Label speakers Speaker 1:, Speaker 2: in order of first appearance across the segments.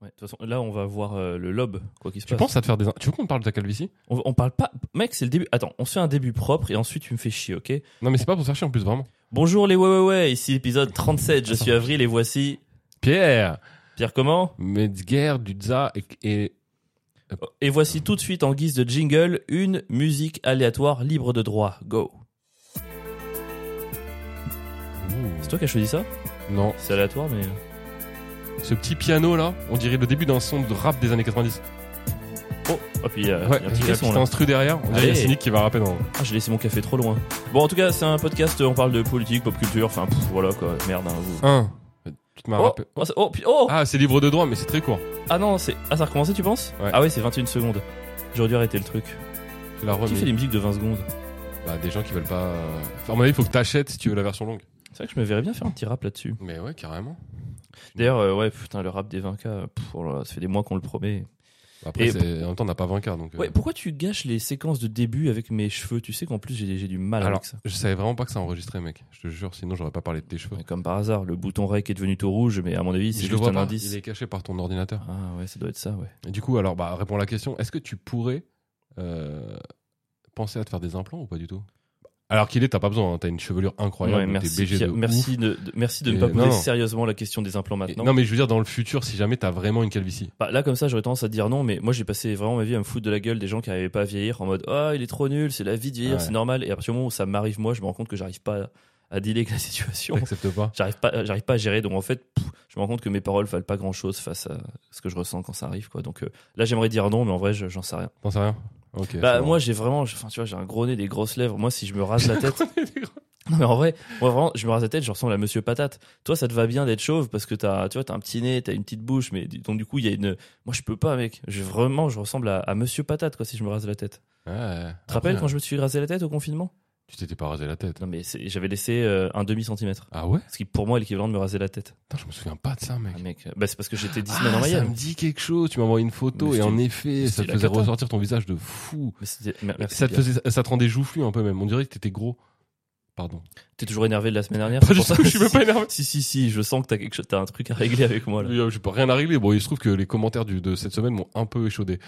Speaker 1: Ouais, de toute façon, là, on va voir euh, le lobe, quoi qu'il se
Speaker 2: Tu
Speaker 1: passe.
Speaker 2: penses à te faire des. Tu veux qu'on parle de ta calvitie
Speaker 1: on, on parle pas. Mec, c'est le début. Attends, on se fait un début propre et ensuite tu me fais chier, ok
Speaker 2: Non, mais c'est pas pour se faire chier en plus, vraiment.
Speaker 1: Bonjour les ouais ouais ouais, ici épisode 37.
Speaker 2: Ah,
Speaker 1: Je suis Avril et voici
Speaker 2: Pierre
Speaker 1: Pierre comment
Speaker 2: Metzger, Dudza et. et-
Speaker 1: Et voici tout de suite en guise de jingle une musique aléatoire libre de droit. Go. C'est toi qui as choisi ça
Speaker 2: Non,
Speaker 1: C'est aléatoire, mais euh,
Speaker 2: ce petit piano là, on dirait le début d'un son de rap des années 90.
Speaker 1: oh, oh puis euh,
Speaker 2: ouais,
Speaker 1: il y a un
Speaker 2: j'ai
Speaker 1: petit
Speaker 2: la
Speaker 1: glaçon,
Speaker 2: petite
Speaker 1: là.
Speaker 2: instru derrière, on dirait
Speaker 1: Allez.
Speaker 2: Yacinic qui va rapper dans.
Speaker 1: Ah, j'ai laissé mon café trop loin. Bon, en tout cas, c'est un podcast. euh, On parle de politique, pop culture. Enfin, pff, voilà quoi. Merde. hein, vous-
Speaker 2: Un. Tu te m'as
Speaker 1: Oh,
Speaker 2: rappelé.
Speaker 1: oh, ça- oh, puis- oh
Speaker 2: Ah, c'est libre de droit, mais c'est très court.
Speaker 1: Ah non, c'est ah ça a recommencé, tu penses
Speaker 2: Ouais.
Speaker 1: Ah ouais, c'est 21 secondes. J'aurais dû arrêter le truc.
Speaker 2: Tu l'as
Speaker 1: Qui fait
Speaker 2: remis.
Speaker 1: des musiques de 20 secondes
Speaker 2: Bah, des gens qui veulent pas. euh, À mon avis, faut que t'achètes si tu veux la version longue.
Speaker 1: C'est vrai que je me verrais bien faire un petit rap là-dessus.
Speaker 2: Mais ouais, carrément.
Speaker 1: D'ailleurs, euh, ouais, putain, le rap des 20K, euh, pff, oh là là, ça fait des mois qu'on le promet.
Speaker 2: Bah, Après,
Speaker 1: Et-
Speaker 2: c'est- en même temps, on n'a pas 20K donc. euh,
Speaker 1: Ouais, pourquoi tu gâches les séquences de début avec mes cheveux Tu sais qu'en plus, j'ai j'ai du mal
Speaker 2: Alors,
Speaker 1: avec ça.
Speaker 2: je savais vraiment pas que ça enregistrait, mec. Je te jure, sinon j'aurais pas parlé de tes cheveux.
Speaker 1: Mais Comme par hasard, le bouton REC est devenu tout rouge, mais à mon avis, c'est
Speaker 2: Je le
Speaker 1: juste
Speaker 2: vois
Speaker 1: un
Speaker 2: pas.
Speaker 1: indice.
Speaker 2: Il est caché par ton ordinateur.
Speaker 1: Ah ouais, ça doit être ça, ouais.
Speaker 2: Et du coup, alors, bah, réponds à la question. Est-ce que tu pourrais euh, penser à te faire des implants ou pas du tout Alors qu'il est, t'as pas besoin. hein. T'as une chevelure incroyable.
Speaker 1: Ouais,
Speaker 2: donc
Speaker 1: merci,
Speaker 2: T'es BG de
Speaker 1: Pierre-
Speaker 2: ouf.
Speaker 1: merci, de, de- merci de ne
Speaker 2: Et
Speaker 1: pas poser
Speaker 2: non.
Speaker 1: sérieusement la question des implants
Speaker 2: Et-
Speaker 1: maintenant.
Speaker 2: non. mais je veux dire, dans le futur, si jamais t'as vraiment une calvitie.
Speaker 1: Bah, là, comme ça, j'aurais tendance à te dire non, mais moi, j'ai passé vraiment ma vie à me foutre de la gueule des gens qui n'arrivaient pas à vieillir en mode Ah, il est trop nul, c'est la vie de vieillir,
Speaker 2: Ouais.
Speaker 1: c'est normal. Et à partir du moment où ça m'arrive, moi, je me rends compte que j'arrive pas à dealer avec la situation.
Speaker 2: T'acceptes pas
Speaker 1: J'arrive pas, j'arrive pas à gérer. Donc, en fait, pff, je me rends compte que mes paroles valent pas grand chose face à ce que je ressens quand ça arrive, quoi. Donc, euh, là, j'aimerais dire non, mais en vrai, je- j'en sais rien.
Speaker 2: T'en sais rien Ok.
Speaker 1: Bah,
Speaker 2: c'est bon.
Speaker 1: moi, j'ai vraiment, j'ai- enfin, tu vois, j'ai un gros nez, des grosses lèvres. Moi, si je me rase la tête, non, mais en vrai, moi, vraiment, je me rase la tête, je ressemble à Monsieur Patate. Toi, ça te va bien d'être chauve parce que t'as, tu vois, t'as un petit nez, t'as une petite bouche, mais du- donc du coup, il y a une. Moi, je peux pas, mec. Je, vraiment, je ressemble à, à Monsieur Patate, quoi, si je me rase la tête.
Speaker 2: Ouais,
Speaker 1: Tu
Speaker 2: ouais.
Speaker 1: te rappelles
Speaker 2: Après, euh,
Speaker 1: quand je me suis rasé la tête au confinement
Speaker 2: Tu t'étais pas rasé la tête.
Speaker 1: Non, mais c'est- j'avais laissé euh, un demi centimètre,
Speaker 2: Ah ouais
Speaker 1: ce qui pour moi est l'équivalent de me raser la tête.
Speaker 2: Putain, je me souviens pas de ça, mec.
Speaker 1: Ah, mec, euh, bah, c'est parce que j'étais 10 semaines en
Speaker 2: Ah, ça
Speaker 1: Mayenne.
Speaker 2: me dit quelque chose. Tu m'as envoyé une photo
Speaker 1: Mais
Speaker 2: et en
Speaker 1: c'était-
Speaker 2: effet, ça
Speaker 1: c'était
Speaker 2: te
Speaker 1: la
Speaker 2: faisait
Speaker 1: cata.
Speaker 2: ressortir ton visage de fou.
Speaker 1: Mais c'était- mer- merci,
Speaker 2: Ça te,
Speaker 1: Pierre.
Speaker 2: faisait, ça te rendait joufflu un peu même. On dirait que t'étais gros. Pardon.
Speaker 1: T'es toujours énervé de la semaine dernière
Speaker 2: Pas
Speaker 1: Ah, c'est
Speaker 2: du
Speaker 1: pour ça
Speaker 2: tout, je suis même pas énervé.
Speaker 1: Si, si, si, je sens que t'as quelque chose, t'as un truc à régler avec moi là.
Speaker 2: Je Je peux rien à régler. Bon, il se trouve que les commentaires du- de cette semaine m'ont un peu échaudé.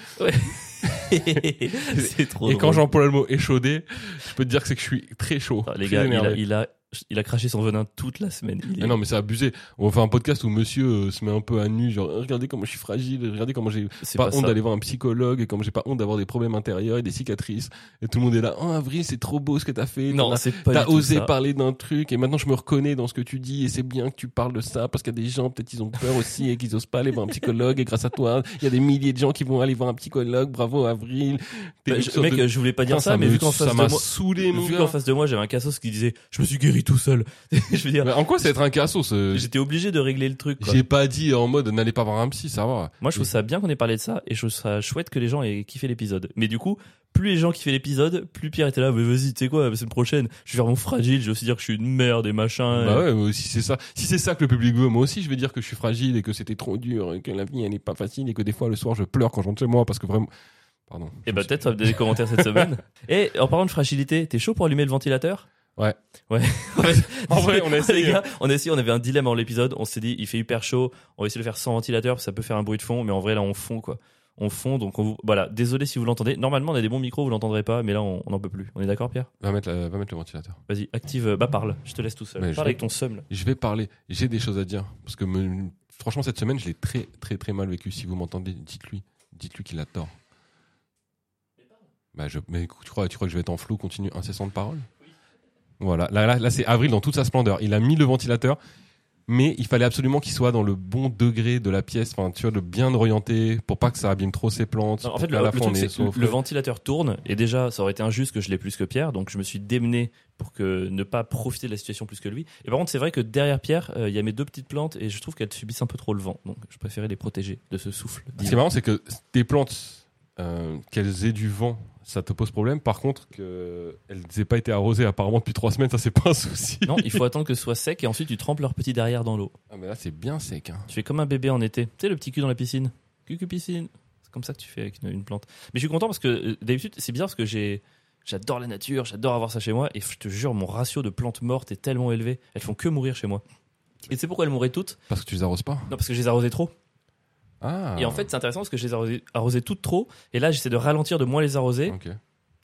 Speaker 1: c'est trop.
Speaker 2: et quand
Speaker 1: drôle.
Speaker 2: j'emploie le mot échaudé, je peux te dire que c'est que je suis très chaud.
Speaker 1: Ah, les
Speaker 2: très
Speaker 1: gars, il a,
Speaker 2: énervé.
Speaker 1: il, a, il a craché son venin toute la semaine. Il est-
Speaker 2: Ah non, mais c'est abusé. On fait un podcast où monsieur euh, se met un peu à nu, genre Euh, regardez comment je suis fragile, regardez comment j'ai
Speaker 1: c'est
Speaker 2: pas,
Speaker 1: pas,
Speaker 2: honte
Speaker 1: ça.
Speaker 2: d'aller voir un psychologue, et comment j'ai pas honte d'avoir des problèmes intérieurs et des cicatrices. Et tout le monde est là, oh Avril, c'est trop beau ce que t'as fait.
Speaker 1: Non,
Speaker 2: T'en as-
Speaker 1: c'est pas
Speaker 2: T'as
Speaker 1: du tout
Speaker 2: osé
Speaker 1: ça.
Speaker 2: parler d'un truc et maintenant je me reconnais dans ce que tu dis et c'est bien que tu parles de ça parce qu'il y a des gens peut-être ils ont peur aussi et qu'ils osent pas aller voir un psychologue et grâce à toi il y a des milliers de gens qui vont aller voir un psychologue bravo Avril T'es
Speaker 1: Bah,
Speaker 2: une
Speaker 1: je-
Speaker 2: sorte
Speaker 1: mec,
Speaker 2: de-
Speaker 1: je voulais pas dire
Speaker 2: Putain,
Speaker 1: ça, mais
Speaker 2: me-
Speaker 1: vu qu'en face,
Speaker 2: ça m'a
Speaker 1: de moi-
Speaker 2: saoulé mon
Speaker 1: vu
Speaker 2: gars.
Speaker 1: qu'en face de moi, j'avais un cassos qui disait Je me suis guéri tout seul. je veux dire,
Speaker 2: Mais en quoi c'est être un cassos ce-
Speaker 1: j'étais obligé de régler le truc. quoi.
Speaker 2: Euh, J'ai pas dit en mode n'allez pas voir un psy, ça va.
Speaker 1: Moi, je trouve ça bien qu'on ait parlé de ça et je trouve ça chouette que les gens aient kiffé l'épisode. Mais du coup, plus les gens kiffaient l'épisode, plus Pierre était là, mais vas-y, tu sais quoi, la semaine prochaine, je vais faire mon fragile, je vais aussi dire que je suis une merde et machin.
Speaker 2: Bah ouais, moi, si c'est ça, si c'est ça que le public veut, moi aussi je vais dire que je suis fragile et que c'était trop dur et que la vie elle est pas facile et que des fois le soir je pleure quand je rentre chez moi parce que vraiment. Pardon.
Speaker 1: Et
Speaker 2: Je
Speaker 1: bah
Speaker 2: me suis-
Speaker 1: peut-être ça va me donner des commentaires cette semaine. Et en parlant de fragilité, t'es chaud pour allumer le ventilateur
Speaker 2: Ouais.
Speaker 1: Ouais.
Speaker 2: En vrai, on a essayé.
Speaker 1: Les gars, on a essayé, on avait un dilemme avant l'épisode, on s'est dit il fait hyper chaud, on va essayer de le faire sans ventilateur, parce que ça peut faire un bruit de fond, mais en vrai là on fond quoi. On fond, donc on vous... Voilà, désolé si vous l'entendez. Normalement on a des bons micros, vous l'entendrez pas, mais là on on n'en peut plus. On est d'accord Pierre
Speaker 2: Va mettre, la- va mettre le ventilateur.
Speaker 1: Vas-y, active, euh, bah parle, je te laisse tout seul.
Speaker 2: Mais je
Speaker 1: parle
Speaker 2: vais-
Speaker 1: avec ton seum là.
Speaker 2: Je vais parler. J'ai des choses à dire parce que me- franchement cette semaine je l'ai très très très mal vécu. Si vous m'entendez, dites-lui, dites-lui qu'il a tort. Bah je, mais écoute, tu crois, tu crois que je vais être en flou, continu, incessant de parole Voilà. Là, là, là, c'est avril dans toute sa splendeur. Il a mis le ventilateur, mais il fallait absolument qu'il soit dans le bon degré de la pièce. Enfin, tu vois, de bien orienter pour pas que ça abîme trop ses plantes.
Speaker 1: Non, en
Speaker 2: pour
Speaker 1: fait,
Speaker 2: qu'à
Speaker 1: le,
Speaker 2: la
Speaker 1: le
Speaker 2: fin, on
Speaker 1: truc,
Speaker 2: ait
Speaker 1: c'est
Speaker 2: soit au
Speaker 1: que le
Speaker 2: fleuve.
Speaker 1: ventilateur tourne, et déjà, ça aurait été injuste que je l'ai plus que Pierre, donc je me suis démené pour que ne pas profiter de la situation plus que lui. Et par contre, c'est vrai que derrière Pierre, euh, il y a mes deux petites plantes, et je trouve qu'elles subissent un peu trop le vent, donc je préférais les protéger de ce souffle.
Speaker 2: Ce qui est marrant, c'est que tes plantes, euh, qu'elles aient du vent, ça te pose problème. Par contre, qu'elles n'aient pas été arrosées apparemment depuis trois semaines, ça c'est pas un souci.
Speaker 1: Non, il faut attendre que ce soit sec, et ensuite tu trempes leur petit derrière dans l'eau.
Speaker 2: Ah, mais là c'est bien sec. Hein.
Speaker 1: Tu fais comme un bébé en été. Tu sais, le petit cul dans la piscine. Cucu piscine. C'est comme ça que tu fais avec une, une plante. Mais je suis content parce que euh, d'habitude, c'est bizarre parce que j'ai. J'adore la nature, j'adore avoir ça chez moi, et je te jure, mon ratio de plantes mortes est tellement élevé, elles font que mourir chez moi. Et tu sais pourquoi elles mourraient toutes
Speaker 2: Parce que tu les arroses pas.
Speaker 1: Non, parce que je les arrosais trop.
Speaker 2: Ah.
Speaker 1: Et en fait, c'est intéressant parce que je les arrosais, arrosais toutes trop. Et là, j'essaie de ralentir, de moins les arroser.
Speaker 2: Ok.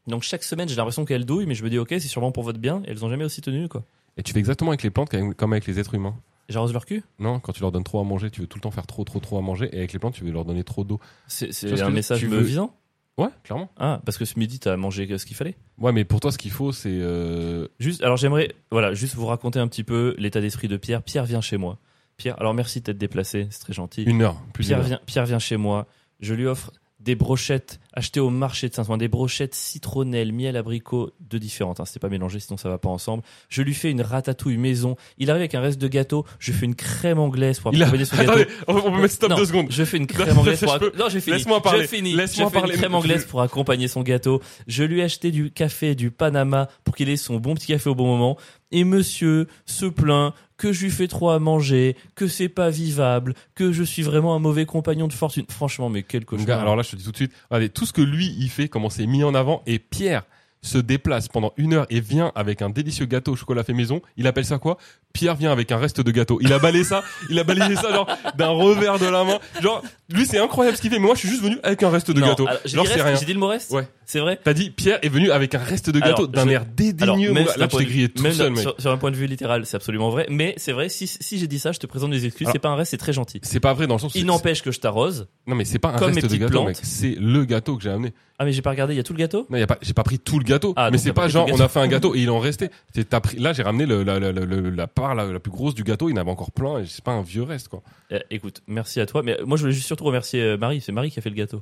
Speaker 1: Donc chaque semaine, j'ai l'impression qu'elles douillent, mais je me dis, ok, c'est sûrement pour votre bien. Et elles ont jamais aussi tenu, quoi.
Speaker 2: Et tu fais exactement avec les plantes qu'avec- comme avec les êtres humains.
Speaker 1: J'arrose leur cul.
Speaker 2: Non, quand tu leur donnes trop à manger, tu veux tout le temps faire trop, trop, trop à manger. Et avec les plantes, tu veux leur donner trop d'eau.
Speaker 1: C'est
Speaker 2: Tu
Speaker 1: c'est
Speaker 2: vois ce
Speaker 1: un
Speaker 2: que-
Speaker 1: message
Speaker 2: tu
Speaker 1: me
Speaker 2: veux-
Speaker 1: visant.
Speaker 2: Ouais, clairement.
Speaker 1: Ah, parce que ce midi, t'as mangé ce qu'il fallait.
Speaker 2: Ouais, mais pour toi, ce qu'il faut, c'est. euh,
Speaker 1: Juste, alors j'aimerais, voilà, juste vous raconter un petit peu l'état d'esprit de Pierre. Pierre vient chez moi. Pierre, alors merci de t'être déplacé, c'est très gentil.
Speaker 2: Une heure. Plus
Speaker 1: Pierre
Speaker 2: d'une heure.
Speaker 1: vient, Pierre vient chez moi. Je lui offre des brochettes achetées au marché de Saint-Ouen, des brochettes citronnelles, miel, abricot, deux différentes. Hein, C'était pas mélangé, sinon ça va pas ensemble. Je lui fais une ratatouille maison. Il arrive avec un reste de gâteau. Je fais une crème anglaise pour
Speaker 2: Il a-
Speaker 1: accompagner son gâteau.
Speaker 2: Attendez, on on peut mettre stop
Speaker 1: Non,
Speaker 2: deux secondes.
Speaker 1: Je fais une crème
Speaker 2: Non,
Speaker 1: anglaise
Speaker 2: ça,
Speaker 1: pour
Speaker 2: je
Speaker 1: acc-
Speaker 2: peux-
Speaker 1: Non, j'ai fini.
Speaker 2: Laisse-moi en parler.
Speaker 1: Je finis.
Speaker 2: Laisse-moi
Speaker 1: je fais
Speaker 2: en parler.
Speaker 1: une crème anglaise pour accompagner son gâteau. Je lui ai acheté du café du Panama pour qu'il ait son bon petit café au bon moment. Et monsieur se plaint que je lui fais trop à manger, que c'est pas vivable, que je suis vraiment un mauvais compagnon de fortune. Franchement, mais quel
Speaker 2: Mon
Speaker 1: cauchemar.
Speaker 2: gars, alors là, je te dis tout de suite, allez, tout ce que lui, il fait, comment c'est mis en avant, et Pierre se déplace pendant une heure et vient avec un délicieux gâteau au chocolat fait maison. Il appelle ça quoi Pierre vient avec un reste de gâteau. Il a balayé ça, il a balayé ça genre d'un revers de la main. Genre, lui c'est incroyable ce qu'il fait, mais moi je suis juste venu avec un reste de
Speaker 1: Non,
Speaker 2: gâteau.
Speaker 1: alors, j'ai
Speaker 2: genre
Speaker 1: dit
Speaker 2: c'est
Speaker 1: reste-
Speaker 2: rien.
Speaker 1: J'ai dit le mot reste
Speaker 2: Ouais.
Speaker 1: C'est vrai
Speaker 2: T'as dit Pierre est venu avec un reste de gâteau
Speaker 1: Alors,
Speaker 2: d'un
Speaker 1: je-
Speaker 2: air dédaigneux. mon gars.
Speaker 1: sur
Speaker 2: Là
Speaker 1: un
Speaker 2: tu
Speaker 1: point
Speaker 2: t'es
Speaker 1: de
Speaker 2: grillé
Speaker 1: vue-
Speaker 2: tout
Speaker 1: même
Speaker 2: seul, mec.
Speaker 1: sur, sur un point de vue littéral, c'est absolument vrai. Mais c'est vrai, si, si j'ai dit ça, je te présente des excuses.
Speaker 2: Alors-
Speaker 1: C'est pas un reste, c'est très gentil.
Speaker 2: C'est pas vrai dans le sens. où
Speaker 1: Il
Speaker 2: c'est-
Speaker 1: n'empêche que je t'arrose.
Speaker 2: Non mais c'est pas un
Speaker 1: Comme mes
Speaker 2: reste de
Speaker 1: petites
Speaker 2: gâteau,
Speaker 1: plantes.
Speaker 2: mec. C'est le gâteau que j'ai amené.
Speaker 1: Ah, mais j'ai pas regardé, il y a tout le gâteau
Speaker 2: Non, y a pas, j'ai pas pris tout le gâteau.
Speaker 1: Ah,
Speaker 2: mais
Speaker 1: donc
Speaker 2: c'est
Speaker 1: t'as pas
Speaker 2: pas
Speaker 1: pris
Speaker 2: genre,
Speaker 1: tout le
Speaker 2: on
Speaker 1: gâteau.
Speaker 2: a fait un gâteau et il en restait. C'est- t'as pris, là, j'ai ramené le, la, la, la, la- la part la, la plus grosse du gâteau. Il en avait encore plein. Et c'est pas un vieux reste, quoi.
Speaker 1: Eh, écoute, merci à toi. Mais euh, moi, je voulais juste surtout remercier euh, Marie. C'est Marie qui a fait le gâteau.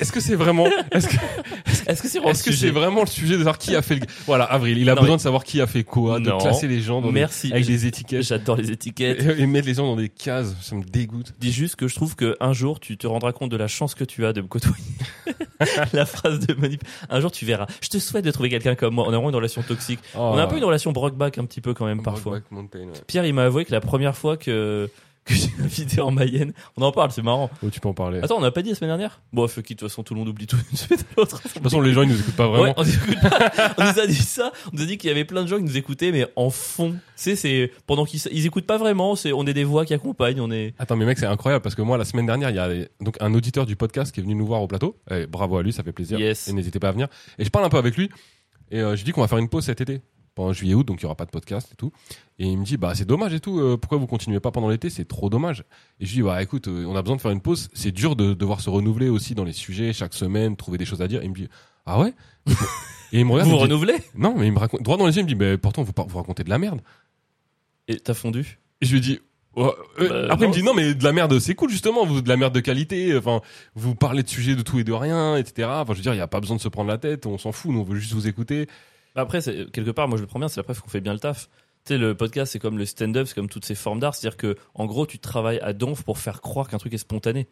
Speaker 2: Est-ce que c'est vraiment, est-ce que,
Speaker 1: Est-ce que c'est
Speaker 2: est-ce que c'est vraiment le sujet de savoir qui a fait le, voilà, Avril, il a
Speaker 1: Non,
Speaker 2: besoin
Speaker 1: mais-
Speaker 2: de savoir qui a fait quoi, de
Speaker 1: Non.
Speaker 2: classer les gens dans des-
Speaker 1: Merci.
Speaker 2: avec
Speaker 1: Je-
Speaker 2: des étiquettes.
Speaker 1: J'adore les étiquettes.
Speaker 2: Et, et mettre les gens dans des cases. Ça me dégoûte.
Speaker 1: Dis juste que je trouve que un jour tu te rendras compte de la chance que tu as de me côtoyer. la phrase de Manip. Un jour tu verras. Je te souhaite de trouver quelqu'un comme moi. On a vraiment une relation toxique. On
Speaker 2: Ah.
Speaker 1: a un peu une relation brockback un petit peu quand même parfois.
Speaker 2: Brokeback Mountain, ouais.
Speaker 1: Pierre, il m'a avoué que la première fois que que j'ai invité en Mayenne, on en parle, c'est marrant.
Speaker 2: Oh, tu peux en parler.
Speaker 1: Attends, on n'a pas dit la semaine dernière Bon, fuck it, de toute façon, tout le monde oublie tout d'une semaine à l'autre.
Speaker 2: De toute façon, les gens, ils nous écoutent pas vraiment.
Speaker 1: Ouais, on, nous écoute pas. On nous a dit ça, on nous a dit qu'il y avait plein de gens qui nous écoutaient, mais en fond. Tu sais, c'est pendant qu'ils ils écoutent pas vraiment, c'est on est des voix qui accompagnent, on est.
Speaker 2: Attends, mais mec, c'est incroyable parce que moi, la semaine dernière, il y a donc un auditeur du podcast qui est venu nous voir au plateau. Eh, bravo à lui, ça fait plaisir.
Speaker 1: Yes.
Speaker 2: Et n'hésitez pas à venir. Et je parle un peu avec lui. Et euh, je lui dis qu'on va faire une pause cet été, pendant juillet-août, donc il n'y aura pas de podcast et tout. Et il me dit, bah c'est dommage et tout, euh, pourquoi vous continuez pas pendant l'été C'est trop dommage. Et je lui dis, bah écoute, euh, on a besoin de faire une pause. C'est dur de devoir se renouveler aussi dans les sujets chaque semaine, trouver des choses à dire. Et il me dit, ah ouais Et il me regarde.
Speaker 1: Vous
Speaker 2: il me dit,
Speaker 1: renouvelez
Speaker 2: non, mais il me raconte droit dans les yeux, il me dit, mais pourtant vous, par- vous racontez de la merde.
Speaker 1: Et t'as fondu
Speaker 2: Et je lui dis ouais, euh,
Speaker 1: Bah,
Speaker 2: après
Speaker 1: non,
Speaker 2: il me dit non mais de la merde c'est cool justement vous de la merde de qualité enfin vous parlez de sujets de tout et de rien etc enfin je veux dire il y a pas besoin de se prendre la tête on s'en fout nous on veut juste vous écouter
Speaker 1: Bah, Après, c'est- quelque part, moi je le prends bien, c'est la preuve qu'on fait bien le taf. Tu sais, le podcast, c'est comme le stand-up, c'est comme toutes ces formes d'art. C'est-à-dire que, en gros, tu travailles à donf pour faire croire qu'un truc est spontané.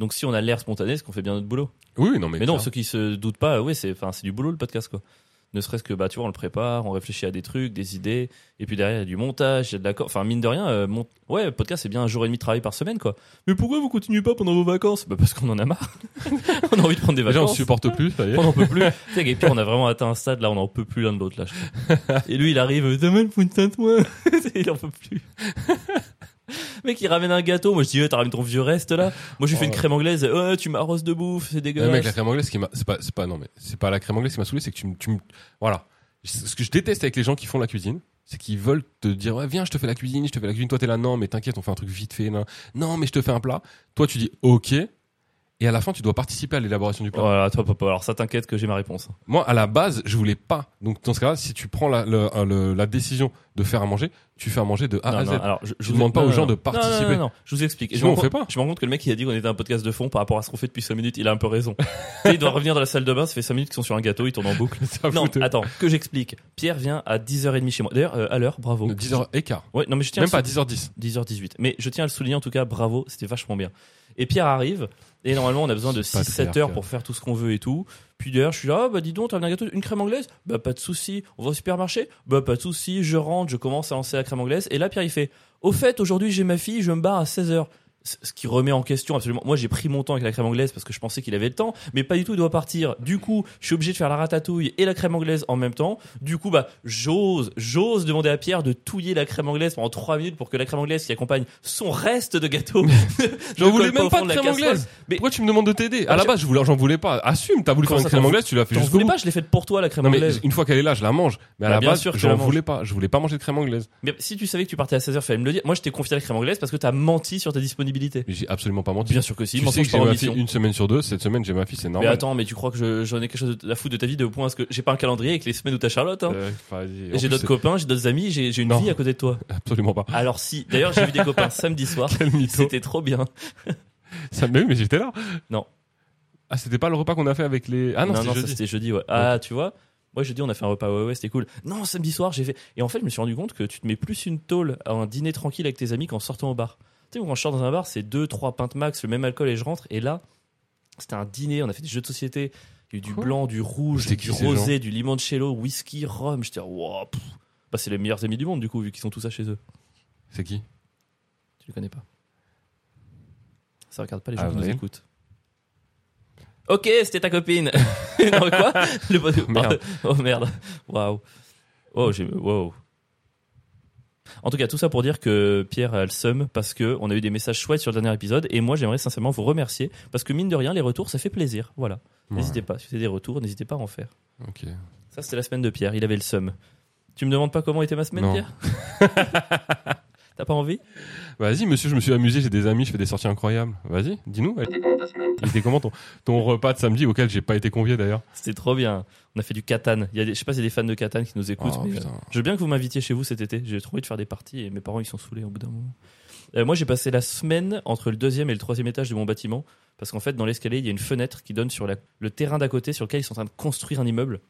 Speaker 1: Donc, si on a l'air spontané, c'est qu'on fait bien notre boulot.
Speaker 2: oui oui, non mais,
Speaker 1: Mais non,
Speaker 2: clair.
Speaker 1: ceux qui se doutent pas, euh, oui, c'est, enfin, c'est du boulot le podcast, quoi. Ne serait-ce que, bah, tu vois, on le prépare, on réfléchit à des trucs, des idées, et puis derrière, il y a du montage, il y a de l'accord. Enfin, mine de rien, euh, mon... ouais, podcast, c'est bien un jour et demi de travail par semaine, quoi. Mais pourquoi vous continuez pas pendant vos vacances Bah, parce qu'on en a marre. on a envie de prendre des
Speaker 2: déjà on
Speaker 1: vacances.
Speaker 2: se supporte plus ça y est.
Speaker 1: on n'en peut plus. tu sais, et puis on a vraiment atteint un stade, là, on n'en peut plus l'un de l'autre, là. je trouve. Et lui, il arrive, euh, demain, le point de toi. il en peut plus. Mec, il ramène un gâteau. Moi, je dis, eh, t'as ramené ton vieux reste, là. Moi, je lui fais une
Speaker 2: Oh.
Speaker 1: crème anglaise. Oh, tu m'arroses de bouffe, c'est
Speaker 2: Ouais,
Speaker 1: dégueulasse.
Speaker 2: Eh, mec la crème anglaise qui m'a c'est pas c'est pas non mais c'est pas la crème anglaise qui m'a saoulé c'est que tu me tu me- voilà ce que je déteste avec les gens qui font la cuisine c'est qu'ils veulent te dire ouais viens je te fais la cuisine je te fais la cuisine toi t'es là non mais t'inquiète on fait un truc vite fait non non mais je te fais un plat toi tu dis ok et à la fin tu dois participer à l'élaboration du plat
Speaker 1: Voilà, toi, papa. Alors, ça t'inquiète que j'ai ma réponse.
Speaker 2: Moi, à la base, je voulais pas. Donc, dans ce cas-là, si tu prends la, le- euh, le- la décision de faire à manger, tu fais à manger de A
Speaker 1: Non,
Speaker 2: à Z.
Speaker 1: non, alors, je, je
Speaker 2: Ah, demande pas aux gens de
Speaker 1: non, non,
Speaker 2: participer.
Speaker 1: Non, non, non, je vous explique.
Speaker 2: Sinon,
Speaker 1: je me
Speaker 2: on
Speaker 1: rends
Speaker 2: fait
Speaker 1: compte-
Speaker 2: pas.
Speaker 1: Je me rends compte que le mec qui a dit qu'on était un podcast de fond par rapport à ce qu'on fait depuis 5 minutes, il a un peu raison. Tu sais, il doit revenir dans la salle de bain, ça fait 5 minutes qu'ils sont sur un gâteau, ils tournent en boucle.
Speaker 2: Ça
Speaker 1: non,
Speaker 2: fout, euh,
Speaker 1: attends, que j'explique. Pierre vient à 10h30 chez moi. D'ailleurs, euh, à l'heure, bravo.
Speaker 2: 10h15.
Speaker 1: Ouais, non, mais je tiens à le
Speaker 2: Même pas 10h10.
Speaker 1: 10h18. Mais je tiens à le souligner en tout cas, bravo, c'était vachement bien. Et Pierre arrive, et normalement on a besoin de
Speaker 2: C'est pas
Speaker 1: 6-7
Speaker 2: très
Speaker 1: heures
Speaker 2: arcade.
Speaker 1: pour faire tout ce qu'on veut et tout. Puis d'ailleurs, je suis là, ah bah dis donc, t'as amené un gâteau, une crème anglaise Bah pas de souci. On va au supermarché Bah pas de souci, je rentre, je commence à lancer la crème anglaise. Et là, Pierre il fait, au fait, aujourd'hui j'ai ma fille, je me barre à 16h. c- ce qui remet en question absolument. Moi, j'ai pris mon temps avec la crème anglaise parce que je pensais qu'il avait le temps, mais pas du tout, il doit partir. Du coup, je suis obligé de faire la ratatouille et la crème anglaise en même temps. Du coup, bah, j'ose, j'ose demander à Pierre de touiller la crème anglaise pendant 3 minutes pour que la crème anglaise qui accompagne son reste de gâteau.
Speaker 2: J'en voulais
Speaker 1: colle au
Speaker 2: même pas
Speaker 1: fond
Speaker 2: de
Speaker 1: la
Speaker 2: crème
Speaker 1: casserole.
Speaker 2: anglaise.
Speaker 1: Mais-
Speaker 2: Pourquoi tu me demandes de t'aider À
Speaker 1: Ah,
Speaker 2: la
Speaker 1: je-
Speaker 2: base, je voulais, j'en voulais pas. Assume, t'as voulu
Speaker 1: Comment
Speaker 2: faire une
Speaker 1: ça,
Speaker 2: crème
Speaker 1: t'en
Speaker 2: anglaise, tu l'as fait
Speaker 1: T'en
Speaker 2: jusqu'au
Speaker 1: voulais
Speaker 2: bout.
Speaker 1: pas, je l'ai faite pour toi, la crème
Speaker 2: Non mais
Speaker 1: anglaise.
Speaker 2: une fois qu'elle est là, je la mange. Mais à
Speaker 1: Bah,
Speaker 2: la
Speaker 1: bien
Speaker 2: base,
Speaker 1: sûr que tu
Speaker 2: j'en
Speaker 1: la manges.
Speaker 2: voulais pas. Je voulais pas manger de crème anglaise.
Speaker 1: Mais si tu savais que tu partais à 16h, fallait me le dire. Moi, je t'ai confié la crème anglaise parce que t'as menti sur ta disponibilité.
Speaker 2: Mais J'ai absolument pas menti.
Speaker 1: Bien sûr que si,
Speaker 2: tu sais
Speaker 1: mensonge
Speaker 2: que j'ai
Speaker 1: par
Speaker 2: ma
Speaker 1: omission.
Speaker 2: fille une semaine sur deux. Cette semaine, j'ai ma fille, c'est
Speaker 1: Mais
Speaker 2: normal.
Speaker 1: attends, mais tu crois que je- j'en ai quelque chose de- à foutre de ta vie de au point à ce que j'ai pas un calendrier avec les semaines où t'as Charlotte, hein.
Speaker 2: Euh, vas-y. En
Speaker 1: J'ai
Speaker 2: plus,
Speaker 1: d'autres copains, j'ai d'autres amis, j'ai j'ai une
Speaker 2: Non.
Speaker 1: vie à côté de toi.
Speaker 2: c'est- Absolument pas.
Speaker 1: Alors si, d'ailleurs, j'ai vu des copains samedi soir.
Speaker 2: Quel mytho.
Speaker 1: C'était trop bien.
Speaker 2: Ça, mais oui, mais j'étais là.
Speaker 1: Non.
Speaker 2: Ah, c'était pas le repas qu'on a fait avec les. Ah non, c'était
Speaker 1: ça,
Speaker 2: jeudi.
Speaker 1: c'était jeudi, ouais. Ah, tu vois Moi, jeudi, on a fait un repas, ouais, ouais, c'était cool. Non, samedi soir, j'ai fait. Et en fait, je me suis rendu compte que tu te mets plus une tôle à un dîner tranquille avec tes amis qu'en sortant au bar. Tu sais, quand je sors dans un bar, c'est deux, trois pintes max, le même alcool et je rentre. Et là, c'était un dîner, on a fait des jeux de société. Il y a eu du
Speaker 2: Quoi
Speaker 1: blanc, du rouge,
Speaker 2: C'était
Speaker 1: du
Speaker 2: qui, ces
Speaker 1: rosé, du limoncello, whisky, rhum. J'étais, wow, pff. bah, c'est les meilleurs amis du monde, du coup, vu qu'ils sont tous ça chez eux.
Speaker 2: C'est qui
Speaker 1: Tu les connais pas. Ça regarde pas les gens
Speaker 2: Ah
Speaker 1: qui nous
Speaker 2: ouais.
Speaker 1: écoutent. Ok, c'était ta copine. non, quoi Le bon-
Speaker 2: Oh, merde.
Speaker 1: Oh merde. Waouh. Oh, j'ai. Wow. En tout cas, tout ça pour dire que Pierre a le seum parce que on a eu des messages chouettes sur le dernier épisode et moi j'aimerais sincèrement vous remercier parce que mine de rien, les retours ça fait plaisir. Voilà. N'hésitez pas. Si vous avez des retours, n'hésitez pas à en faire.
Speaker 2: Ouais, ok.
Speaker 1: Ça, c'était la semaine de Pierre. Il avait le seum. Tu me demandes pas comment était ma semaine,
Speaker 2: Non.
Speaker 1: Pierre T'as pas envie
Speaker 2: Vas-y, monsieur, je me suis amusé. J'ai des amis, je fais des sorties incroyables. Vas-y, dis-nous. Il était comment ton, ton repas de samedi auquel j'ai pas été convié d'ailleurs
Speaker 1: C'était trop bien. On a fait du Catan. Il y a des, je sais pas s'il y a des fans de Catan qui nous écoutent.
Speaker 2: Oh,
Speaker 1: mais,
Speaker 2: putain.
Speaker 1: euh, je veux bien que vous m'invitiez chez vous cet été. J'ai trop envie de faire des parties et mes parents ils sont saoulés au bout d'un moment. Euh, moi j'ai passé la semaine entre le deuxième et le troisième étage de mon bâtiment parce qu'en fait dans l'escalier il y a une fenêtre qui donne sur la- le terrain d'à côté sur lequel ils sont en train de construire un immeuble.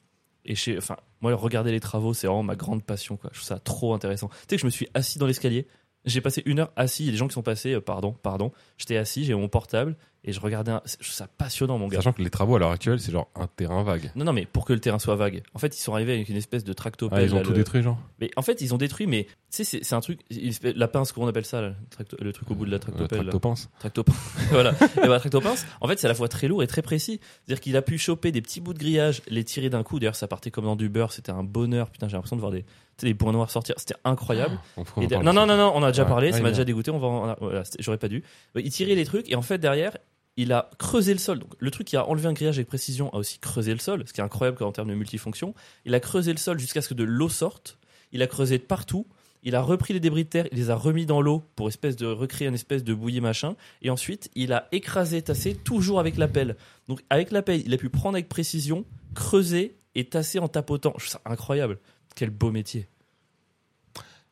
Speaker 1: Et chez, enfin, moi, regarder les travaux, c'est vraiment ma grande passion. Quoi. Je trouve ça trop intéressant. Tu sais que je me suis assis dans l'escalier. J'ai passé une heure assis. Il y a des gens qui sont passés. euh, pardon, pardon. J'étais assis, j'ai mon portable et je regardais. Un... Je trouve ça passionnant, mon gars.
Speaker 2: Sachant que les travaux à l'heure actuelle, c'est genre un terrain vague.
Speaker 1: Non, non, mais pour que le terrain soit vague. En fait, ils sont arrivés avec une espèce de tractopelle.
Speaker 2: Ah, ils ont
Speaker 1: là,
Speaker 2: tout
Speaker 1: le-
Speaker 2: détruit, genre.
Speaker 1: Mais en fait, ils ont détruit, mais tu sais, c'est c'est un truc. une espèce- La pince, comment on appelle ça là, le, tracto- le truc au bout de la
Speaker 2: Le
Speaker 1: tractopelle. là.
Speaker 2: tractopince.
Speaker 1: Tractopince. voilà. Et ben, tractopince, en fait, c'est à la fois très lourd et très précis. C'est-à-dire qu'il a pu choper des petits bouts de grillage, les tirer d'un coup. D'ailleurs, ça partait comme dans du beurre. C'était un bonheur. Putain, j'ai l'impression de voir des, tu sais, des points noirs sortir. C'était incroyable.
Speaker 2: Ah, On fera- on
Speaker 1: Et
Speaker 2: parle
Speaker 1: de- non,
Speaker 2: de ça.
Speaker 1: non, non, non, on en a déjà
Speaker 2: Ouais.
Speaker 1: parlé,
Speaker 2: Ouais,
Speaker 1: ça m'a
Speaker 2: bien.
Speaker 1: déjà dégoûté, on va en- on a- voilà, c'était- j'aurais pas dû. Il tirait les trucs et en fait derrière, il a creusé le sol. Donc le truc qui a enlevé un grillage avec précision a aussi creusé le sol, ce qui est incroyable en termes de multifonction. Il a creusé le sol jusqu'à ce que de l'eau sorte, il a creusé de partout. Il a repris les débris de terre, il les a remis dans l'eau pour espèce de recréer une espèce de bouillie machin. Et ensuite, il a écrasé, tassé, toujours avec la pelle. Donc avec la pelle, il a pu prendre avec précision, creuser et tasser en tapotant. Je trouve ça incroyable. Quel beau métier.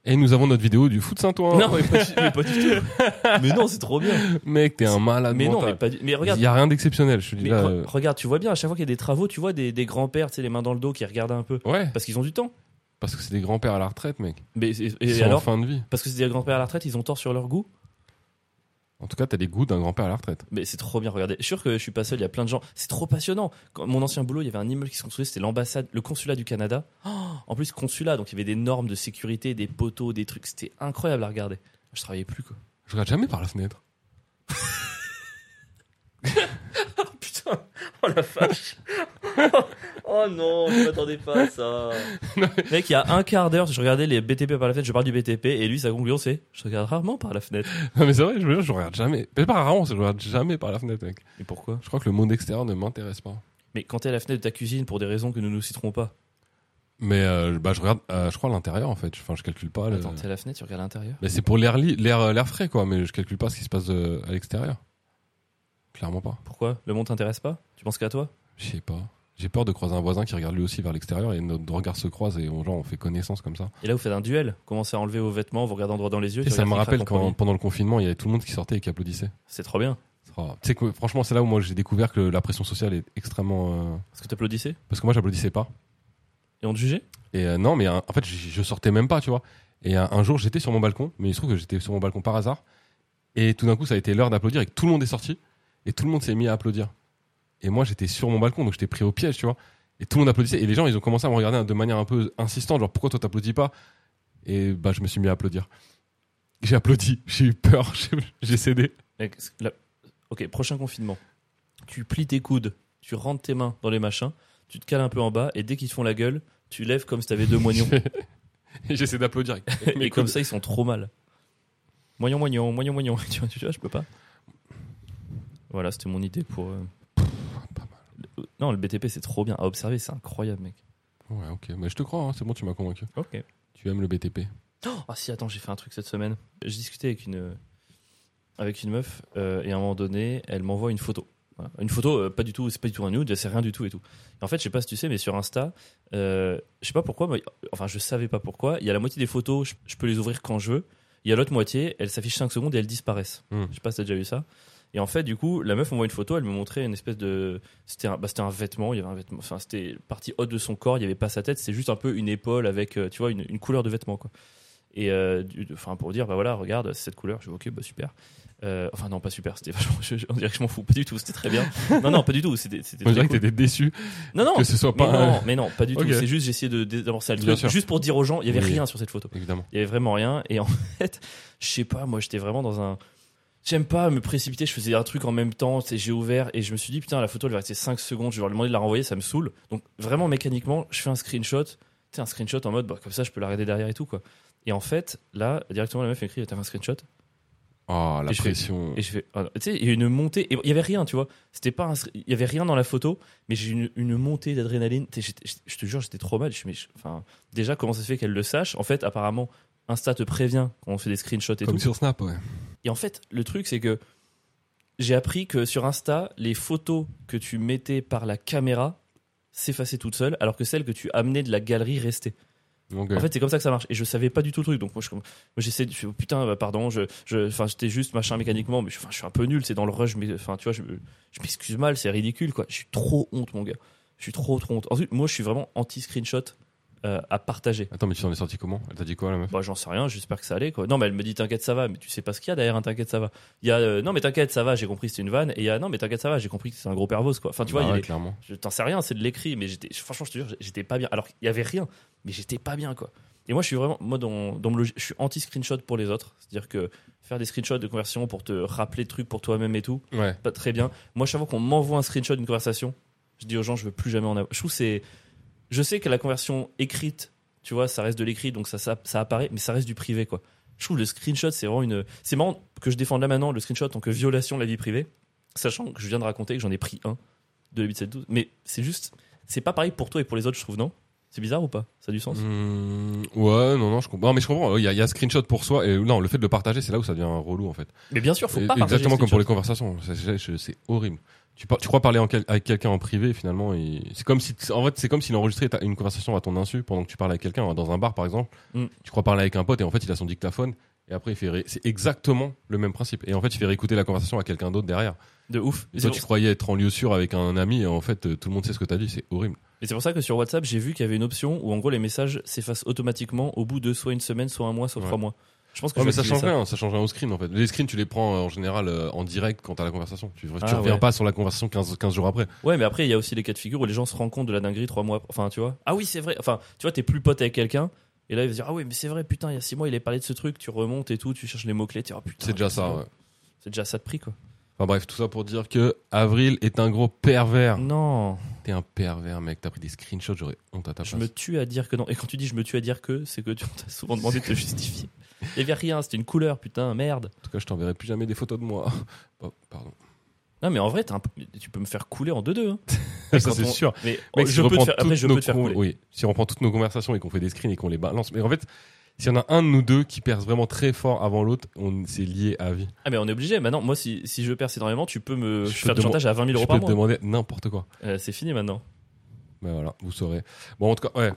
Speaker 2: Et nous avons notre vidéo du foot Saint-Ouen.
Speaker 1: Non, Oh, mais pas, du- mais pas du tout. mais non, c'est trop bien.
Speaker 2: Mec, t'es un malade
Speaker 1: Mais non, mais,
Speaker 2: mental.
Speaker 1: pas du- mais
Speaker 2: Il
Speaker 1: regarde.
Speaker 2: y a rien d'exceptionnel, je te dis
Speaker 1: mais
Speaker 2: là.
Speaker 1: re-
Speaker 2: euh,
Speaker 1: regarde, tu vois bien, à chaque fois qu'il y a des travaux, tu vois des, des grands-pères, tu sais, les mains dans le dos qui regardent un peu.
Speaker 2: Ouais,
Speaker 1: Parce qu'ils ont du temps.
Speaker 2: parce que c'est des grands-pères à la retraite, mec.
Speaker 1: Mais, et, et
Speaker 2: Ils sont en
Speaker 1: alors
Speaker 2: fin de vie.
Speaker 1: Parce que c'est des grands-pères à la retraite, ils ont tort sur leur goût.
Speaker 2: En tout cas, t'as les goûts d'un grand-père à la retraite.
Speaker 1: Mais c'est trop bien, regardez. Je suis sûr que je suis pas seul, il y a plein de gens. C'est trop passionnant. Quand mon ancien boulot, il y avait un immeuble qui se construisait, c'était l'ambassade, le consulat du Canada. Oh, en plus, consulat, donc il y avait des normes de sécurité, des poteaux, des trucs. C'était incroyable à regarder. Je travaillais plus, quoi.
Speaker 2: Je regarde jamais par la fenêtre.
Speaker 1: Putain, oh la vache. oh non, je m'attendais pas à ça. Mec, il y a un quart d'heure, je regardais les BTP par la fenêtre, je parle du BTP, et lui, sa conclusion, c'est je regarde rarement par la fenêtre.
Speaker 2: Non, mais c'est vrai, je me jure, je regarde jamais. Mais pas rarement, je regarde jamais par la fenêtre, mec.
Speaker 1: Mais pourquoi
Speaker 2: Je crois que le monde extérieur ne m'intéresse pas.
Speaker 1: Mais quand t'es à la fenêtre de ta cuisine, pour des raisons que nous ne citerons pas,
Speaker 2: Mais euh, bah, je regarde, euh, je crois, à l'intérieur, en fait. Enfin, je calcule pas. le-
Speaker 1: attends, t'es à la fenêtre, tu regardes à l'intérieur.
Speaker 2: Mais c'est pour l'air li- l'air euh, l'air frais, quoi. Mais je calcule pas ce qui se passe euh, à l'extérieur. Clairement pas.
Speaker 1: Pourquoi Le monde t'intéresse pas Tu penses qu'à toi
Speaker 2: Je sais pas. J'ai peur de croiser un voisin qui regarde lui aussi vers l'extérieur et nos regards se croisent et on, genre, on fait connaissance comme ça.
Speaker 1: Et là, vous faites un duel, commencez à enlever vos vêtements, vous regardez droit dans les yeux. tu
Speaker 2: Et ça me
Speaker 1: regardes qui
Speaker 2: rappelle
Speaker 1: frappe en
Speaker 2: quand
Speaker 1: premier.
Speaker 2: pendant le confinement, il y avait tout le monde qui sortait et qui applaudissait.
Speaker 1: C'est trop bien.
Speaker 2: Oh, Tu sais que franchement, c'est là où moi j'ai découvert que la pression sociale est extrêmement. euh,
Speaker 1: Est-ce que t'applaudissais
Speaker 2: Parce que moi, j'applaudissais pas.
Speaker 1: Et on te jugeait
Speaker 2: Et euh, non, mais euh, en fait, j- je sortais même pas, tu vois. Et euh, un, un jour, j'étais sur mon balcon, mais il se trouve que j'étais sur mon balcon par hasard. Et tout d'un coup, ça a été l'heure d'applaudir et que tout le monde est sorti. Et tout le monde s'est mis à applaudir. Et moi, j'étais sur mon balcon, donc j'étais pris au piège, tu vois. Et tout le monde applaudissait. Et les gens, ils ont commencé à me regarder de manière un peu insistante, genre pourquoi toi t'applaudis pas Et bah, je me suis mis à applaudir. J'ai applaudi, j'ai eu peur, j'ai- j'ai cédé.
Speaker 1: Mec, c'est- la- Ok, prochain confinement. Tu plies tes coudes, tu rentres tes mains dans les machins, tu te cales un peu en bas et dès qu'ils te font la gueule, tu lèves comme si t'avais deux moignons.
Speaker 2: Et J'essaie d'applaudir. avec
Speaker 1: et
Speaker 2: mes
Speaker 1: comme
Speaker 2: coudes.
Speaker 1: ça, ils sont trop mal. Moignon, moignon, moignon, moignon. tu, vois, tu vois, je peux pas. Voilà, c'était mon idée pour. euh,
Speaker 2: Pas
Speaker 1: le- Non, le BTP, c'est trop bien. À observer, c'est incroyable, mec.
Speaker 2: Ouais, ok. Mais je te crois, hein, c'est bon, tu m'as convaincu.
Speaker 1: Ok.
Speaker 2: Tu aimes le BTP.
Speaker 1: Ah si, attends, j'ai fait un truc cette semaine. Je discutais avec une, euh, avec une meuf euh, et à un moment donné, elle m'envoie une photo. Voilà. Une photo, euh, pas du tout, c'est pas du tout un nude, c'est rien du tout et tout. Et en fait, je sais pas si tu sais, mais sur Insta, euh, je sais pas pourquoi, mais- enfin, je savais pas pourquoi. Il y a la moitié des photos, je, je peux les ouvrir quand je veux. Il y a l'autre moitié, elles s'affichent 5 secondes et elles disparaissent.
Speaker 2: Hmm.
Speaker 1: Je sais pas si t'as déjà vu ça. Et en fait, du coup, la meuf, on voit une photo, elle me montrait une espèce de. C'était un, bah, c'était un vêtement, il y avait un vêtement. Enfin, c'était partie haute de son corps, il y avait pas sa tête, c'est juste un peu une épaule avec, euh, tu vois, une, une couleur de vêtement, quoi et euh, du- de- enfin pour dire bah voilà regarde c'est cette couleur je dis ok bah super Euh, enfin non pas super c'était vachement je- je- on dirait que je m'en fous pas du tout c'était très bien non non pas du tout c'était c'était
Speaker 2: On
Speaker 1: très
Speaker 2: dirait que
Speaker 1: cool.
Speaker 2: t'étais déçu
Speaker 1: non non
Speaker 2: que ce soit
Speaker 1: mais
Speaker 2: pas.
Speaker 1: non
Speaker 2: un-
Speaker 1: mais non pas du
Speaker 2: Ok.
Speaker 1: tout c'est juste j'essayais de dé- d'amorcer le
Speaker 2: Bien
Speaker 1: truc
Speaker 2: sûr.
Speaker 1: juste pour dire aux gens il y avait
Speaker 2: Oui.
Speaker 1: rien sur cette photo
Speaker 2: Évidemment.
Speaker 1: il y avait vraiment rien et en fait je sais pas moi j'étais vraiment dans un j'aime pas me précipiter je faisais un truc en même temps tu sais, j'ai ouvert et je me suis dit putain la photo elle va rester 5 secondes je vais leur demander de la renvoyer ça me saoule donc vraiment mécaniquement je fais un screenshot tu sais un screenshot en mode bah, comme ça je peux l'arrêter derrière et tout quoi et en fait là directement la meuf m'écrit t'as fait un screenshot
Speaker 2: Oh, la
Speaker 1: Et je fais-
Speaker 2: pression.
Speaker 1: et je fais ah non. tu sais il y a une montée et il y avait rien tu vois c'était pas un screen- il y avait rien dans la photo mais j'ai eu une, une montée d'adrénaline Tu sais, j'étais- j'étais- je te jure j'étais trop mal je, suis, mais je- enfin déjà comment ça se fait qu'elle le sache en fait apparemment Insta te prévient quand on fait des screenshots et
Speaker 2: Comme
Speaker 1: tout
Speaker 2: sur Snap, ouais.
Speaker 1: et en fait, le truc, c'est que j'ai appris que sur Insta, les photos que tu mettais par la caméra s'effaçaient toutes seules, alors que celles que tu amenais de la galerie restaient.
Speaker 2: Donc,
Speaker 1: En fait, c'est comme ça que ça marche. Et je savais pas du tout le truc. Donc, moi, je- moi, j'essaie de. je fais, oh, putain, bah, pardon, je, je, enfin, j'étais juste machin mécaniquement, mais je, enfin, je suis un peu nul, c'est dans le rush, mais enfin, tu vois, je, me- je m'excuse mal, c'est ridicule, quoi. Je suis trop honte, mon gars. Je suis trop, trop honte. Ensuite, moi, je suis vraiment anti-screenshot euh, à partager.
Speaker 2: Attends, mais tu en es sorti comment Elle t'a dit quoi, la meuf
Speaker 1: Bah, j'en sais rien, j'espère que ça allait quoi. Non, mais elle me dit t'inquiète, ça va, mais tu sais pas ce qu'il y a derrière un t'inquiète, ça va. Il y a euh, non, mais t'inquiète, ça va, j'ai compris, c'était une vanne. Et il y a non, mais t'inquiète, ça va, j'ai compris que c'est un gros pervos quoi. Enfin, tu vois,
Speaker 2: Bah
Speaker 1: il y a
Speaker 2: ouais,
Speaker 1: les-
Speaker 2: clairement.
Speaker 1: je t'en sais rien, c'est de l'écrit, mais j'étais, franchement, je te jure, j'étais pas bien. Alors qu'il y avait rien, mais j'étais pas bien quoi. Et moi, je suis vraiment, moi, dans, dans mon logis- je suis anti-screenshot pour les autres. C'est-à-dire que faire des screenshots de conversion pour te rappeler le truc pour toi-même et tout,
Speaker 2: Ouais.
Speaker 1: pas très bien. Moi, chaque fois qu'on m'envoie un screenshot d'une conversation, je dis aux gens, je veux plus jamais en avoir. Je trouve que c'est, je sais que la conversion écrite, tu vois, ça reste de l'écrit, donc ça, ça, ça apparaît, mais ça reste du privé, quoi. Je trouve le screenshot, c'est vraiment une. C'est marrant que je défende là maintenant le screenshot en tant que violation de la vie privée, sachant que je viens de raconter que j'en ai pris un de 8712. Mais c'est juste, c'est pas pareil pour toi et pour les autres, je trouve, non C'est bizarre ou pas Ça a du sens
Speaker 2: Mmh, ouais, non, non, je comprends. Non, mais je comprends. Il y, a- il y a screenshot pour soi. Et non, le fait de le partager, c'est là où ça devient relou, en fait.
Speaker 1: Mais bien sûr, faut pas. partager
Speaker 2: Exactement
Speaker 1: le
Speaker 2: comme pour les
Speaker 1: screenshot.
Speaker 2: conversations. Ça, C'est je- c'est horrible. Tu, par- tu crois parler en quel- avec quelqu'un en privé finalement. et C'est comme si, en fait, c'est comme s'il enregistrait ta- une conversation à ton insu pendant que tu parles avec quelqu'un hein, dans un bar par exemple.
Speaker 1: Mm.
Speaker 2: Tu crois parler avec un pote et en fait il a son dictaphone et après il fait. ré- C'est exactement le même principe. Et en fait il fait réécouter la conversation à quelqu'un d'autre derrière.
Speaker 1: De ouf.
Speaker 2: Et toi tu croyais être en lieu sûr avec un ami et en fait euh, tout le monde sait ce que t'as dit. C'est horrible.
Speaker 1: Et c'est pour ça que sur WhatsApp, j'ai vu qu'il y avait une option où en gros les messages s'effacent automatiquement au bout de soit une semaine, soit un mois, soit
Speaker 2: Ouais.
Speaker 1: trois mois. Je pense que
Speaker 2: Ouais,
Speaker 1: je
Speaker 2: mais
Speaker 1: vais
Speaker 2: ça
Speaker 1: activer
Speaker 2: change rien. Ça change rien au screen en fait. Les screens tu les prends euh, en général euh, en direct quand t'as la conversation. Tu, tu
Speaker 1: Ah,
Speaker 2: reviens
Speaker 1: ouais.
Speaker 2: pas sur la conversation 15, 15 jours après.
Speaker 1: Ouais, mais après il y a aussi les cas de figure où les gens se rendent compte de la dinguerie trois mois. Enfin, tu vois. Ah oui, c'est vrai. Enfin, tu vois, t'es plus pote avec quelqu'un. Et là, il va se dire, ah oui, mais c'est vrai, putain, il y a six mois, il a parlé de ce truc, tu remontes et tout, tu cherches les mots-clés, tu dis, Ah, putain.
Speaker 2: C'est déjà ça. ouais.
Speaker 1: C'est déjà ça de prix, quoi.
Speaker 2: Enfin bref, tout ça pour dire que Avril est un gros pervers.
Speaker 1: Non,
Speaker 2: T'es un pervers, mec. T'as pris des screenshots, j'aurais honte à ta
Speaker 1: je
Speaker 2: place.
Speaker 1: me tue à dire que non. Et quand tu dis je me tue à dire que, c'est que tu on t'a souvent demandé de te justifier. Il y avait rien, c'était une couleur, putain, merde.
Speaker 2: En tout cas, je t'enverrai plus jamais des photos de moi. Oh, pardon.
Speaker 1: Non, mais en vrai, t'es un peu- tu peux me faire couler en deux-deux. Hein.
Speaker 2: ça,
Speaker 1: Quand
Speaker 2: c'est
Speaker 1: on-
Speaker 2: sûr.
Speaker 1: Mais
Speaker 2: Mec, si
Speaker 1: je
Speaker 2: on
Speaker 1: peux te
Speaker 2: reprend
Speaker 1: faire, après,
Speaker 2: toutes
Speaker 1: je peux
Speaker 2: nos
Speaker 1: te faire
Speaker 2: con-
Speaker 1: couler.
Speaker 2: Oui, si on reprend toutes nos conversations et qu'on fait des screens et qu'on les balance. Mais en fait, s'il y en a un de nous deux qui perce vraiment très fort avant l'autre, on s'est lié à vie.
Speaker 1: Ah mais on est obligé. Maintenant, moi, si, si je perds énormément, tu peux me
Speaker 2: Je
Speaker 1: je
Speaker 2: peux
Speaker 1: faire
Speaker 2: te
Speaker 1: du chantage à 20 000
Speaker 2: je
Speaker 1: euros
Speaker 2: peux
Speaker 1: par
Speaker 2: te
Speaker 1: mois.
Speaker 2: demander n'importe quoi.
Speaker 1: Euh, c'est fini maintenant.
Speaker 2: Ben voilà, vous saurez. Bon, en tout cas, ouais.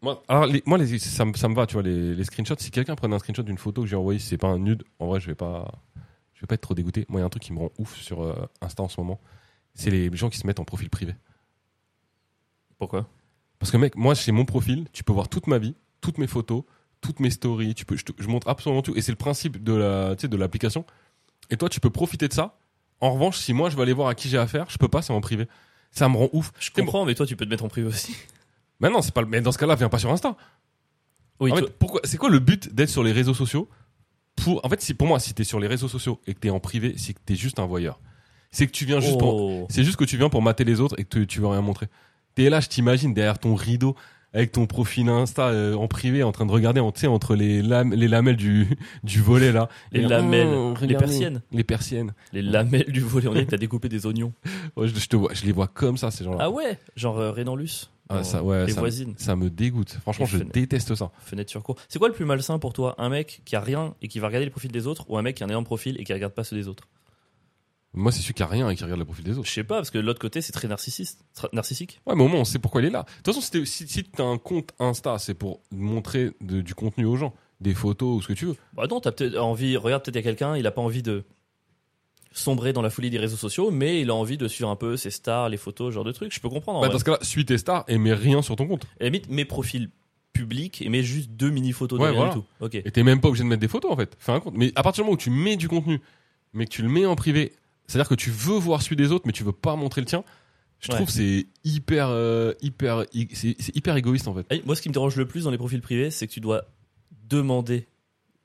Speaker 2: Moi, alors, les- moi les, ça, me- ça me va, tu vois, les, les screenshots. Si quelqu'un prenait un screenshot d'une photo que j'ai envoyée, si c'est pas un nude, en vrai, je vais pas, je vais pas être trop dégoûté. Moi, il y a un truc qui me rend ouf sur euh, Insta en ce moment. C'est les gens qui se mettent en profil privé.
Speaker 1: Pourquoi
Speaker 2: Parce que, mec, moi, chez mon profil, tu peux voir toute ma vie, toutes mes photos, toutes mes stories. Tu peux, je, te- je montre absolument tout. Et c'est le principe de la- tu sais, de l'application. Et toi, tu peux profiter de ça. En revanche, si moi, je vais aller voir à qui j'ai affaire, je peux pas, c'est en privé. Ça me rend ouf.
Speaker 1: Je comprends, mais toi, tu peux te mettre en privé aussi.
Speaker 2: Mais non, c'est pas le- Mais dans ce cas-là, viens pas sur Insta.
Speaker 1: Oui.
Speaker 2: En fait,
Speaker 1: toi-
Speaker 2: pourquoi C'est quoi le but d'être sur les réseaux sociaux pour. En fait, c'est pour moi, si t'es sur les réseaux sociaux et que t'es en privé, c'est que t'es juste un voyeur. C'est que tu viens juste pour.
Speaker 1: Oh.
Speaker 2: C'est juste que tu viens pour mater les autres et que tu, tu veux rien montrer. T'es là, je t'imagine, derrière ton rideau, avec ton profil Insta euh, en privé, en train de regarder, en- tu sais, entre les, lame- les lamelles du, du volet, là.
Speaker 1: Les
Speaker 2: Et-
Speaker 1: lamelles,
Speaker 2: Oh,
Speaker 1: les
Speaker 2: regardez.
Speaker 1: persiennes,
Speaker 2: Les persiennes.
Speaker 1: les lamelles du volet. On dirait que t'as découpé des oignons.
Speaker 2: Ouais, je, je te vois, je les vois comme ça, ces gens-là.
Speaker 1: Ah ouais Genre euh, Renan Luce
Speaker 2: Ah,
Speaker 1: Dans
Speaker 2: ça, ouais,
Speaker 1: Les
Speaker 2: ça,
Speaker 1: voisines,
Speaker 2: ça me dégoûte. Franchement,
Speaker 1: Les
Speaker 2: je
Speaker 1: fenêtres.
Speaker 2: déteste ça.
Speaker 1: fenêtre sur cour. C'est quoi le plus malsain pour toi Un mec qui a rien et qui va regarder le profil des autres ou un mec qui a un énorme profil et qui regarde pas ceux des autres
Speaker 2: Moi, c'est celui qui a rien et qui regarde le profil des autres.
Speaker 1: Je sais pas, parce que de l'autre côté, c'est très narcissiste. Tra- narcissique
Speaker 2: Ouais, mais au moins, on sait pourquoi il est là. De toute façon, si t'es- si, si t'as un compte Insta, c'est pour montrer de- du contenu aux gens, des photos ou ce que tu veux.
Speaker 1: Bah non, t'as peut-être envie. Regarde, peut-être il y a quelqu'un, il a pas envie de sombrer dans la folie des réseaux sociaux, mais il a envie de suivre un peu ses stars, les photos, ce genre de trucs. Je peux comprendre. en
Speaker 2: bah,
Speaker 1: vrai.
Speaker 2: dans ce cas-là, suis tes stars et mets rien sur ton compte.
Speaker 1: À la limite, mes profils publics et mets juste deux mini photos de
Speaker 2: Ouais,
Speaker 1: rien
Speaker 2: voilà.
Speaker 1: du tout. Ok.
Speaker 2: Et t'es même pas obligé de mettre des photos en fait. Fais un compte. Mais à partir du moment où tu mets du contenu, mais que tu le mets en privé, c'est-à-dire que tu veux voir celui des autres, mais tu veux pas montrer le tien, je
Speaker 1: Ouais.
Speaker 2: trouve que c'est hyper, euh, hyper, hy- c'est c'est hyper égoïste en fait.
Speaker 1: Eh, Moi, ce qui me dérange le plus dans les profils privés, c'est que tu dois demander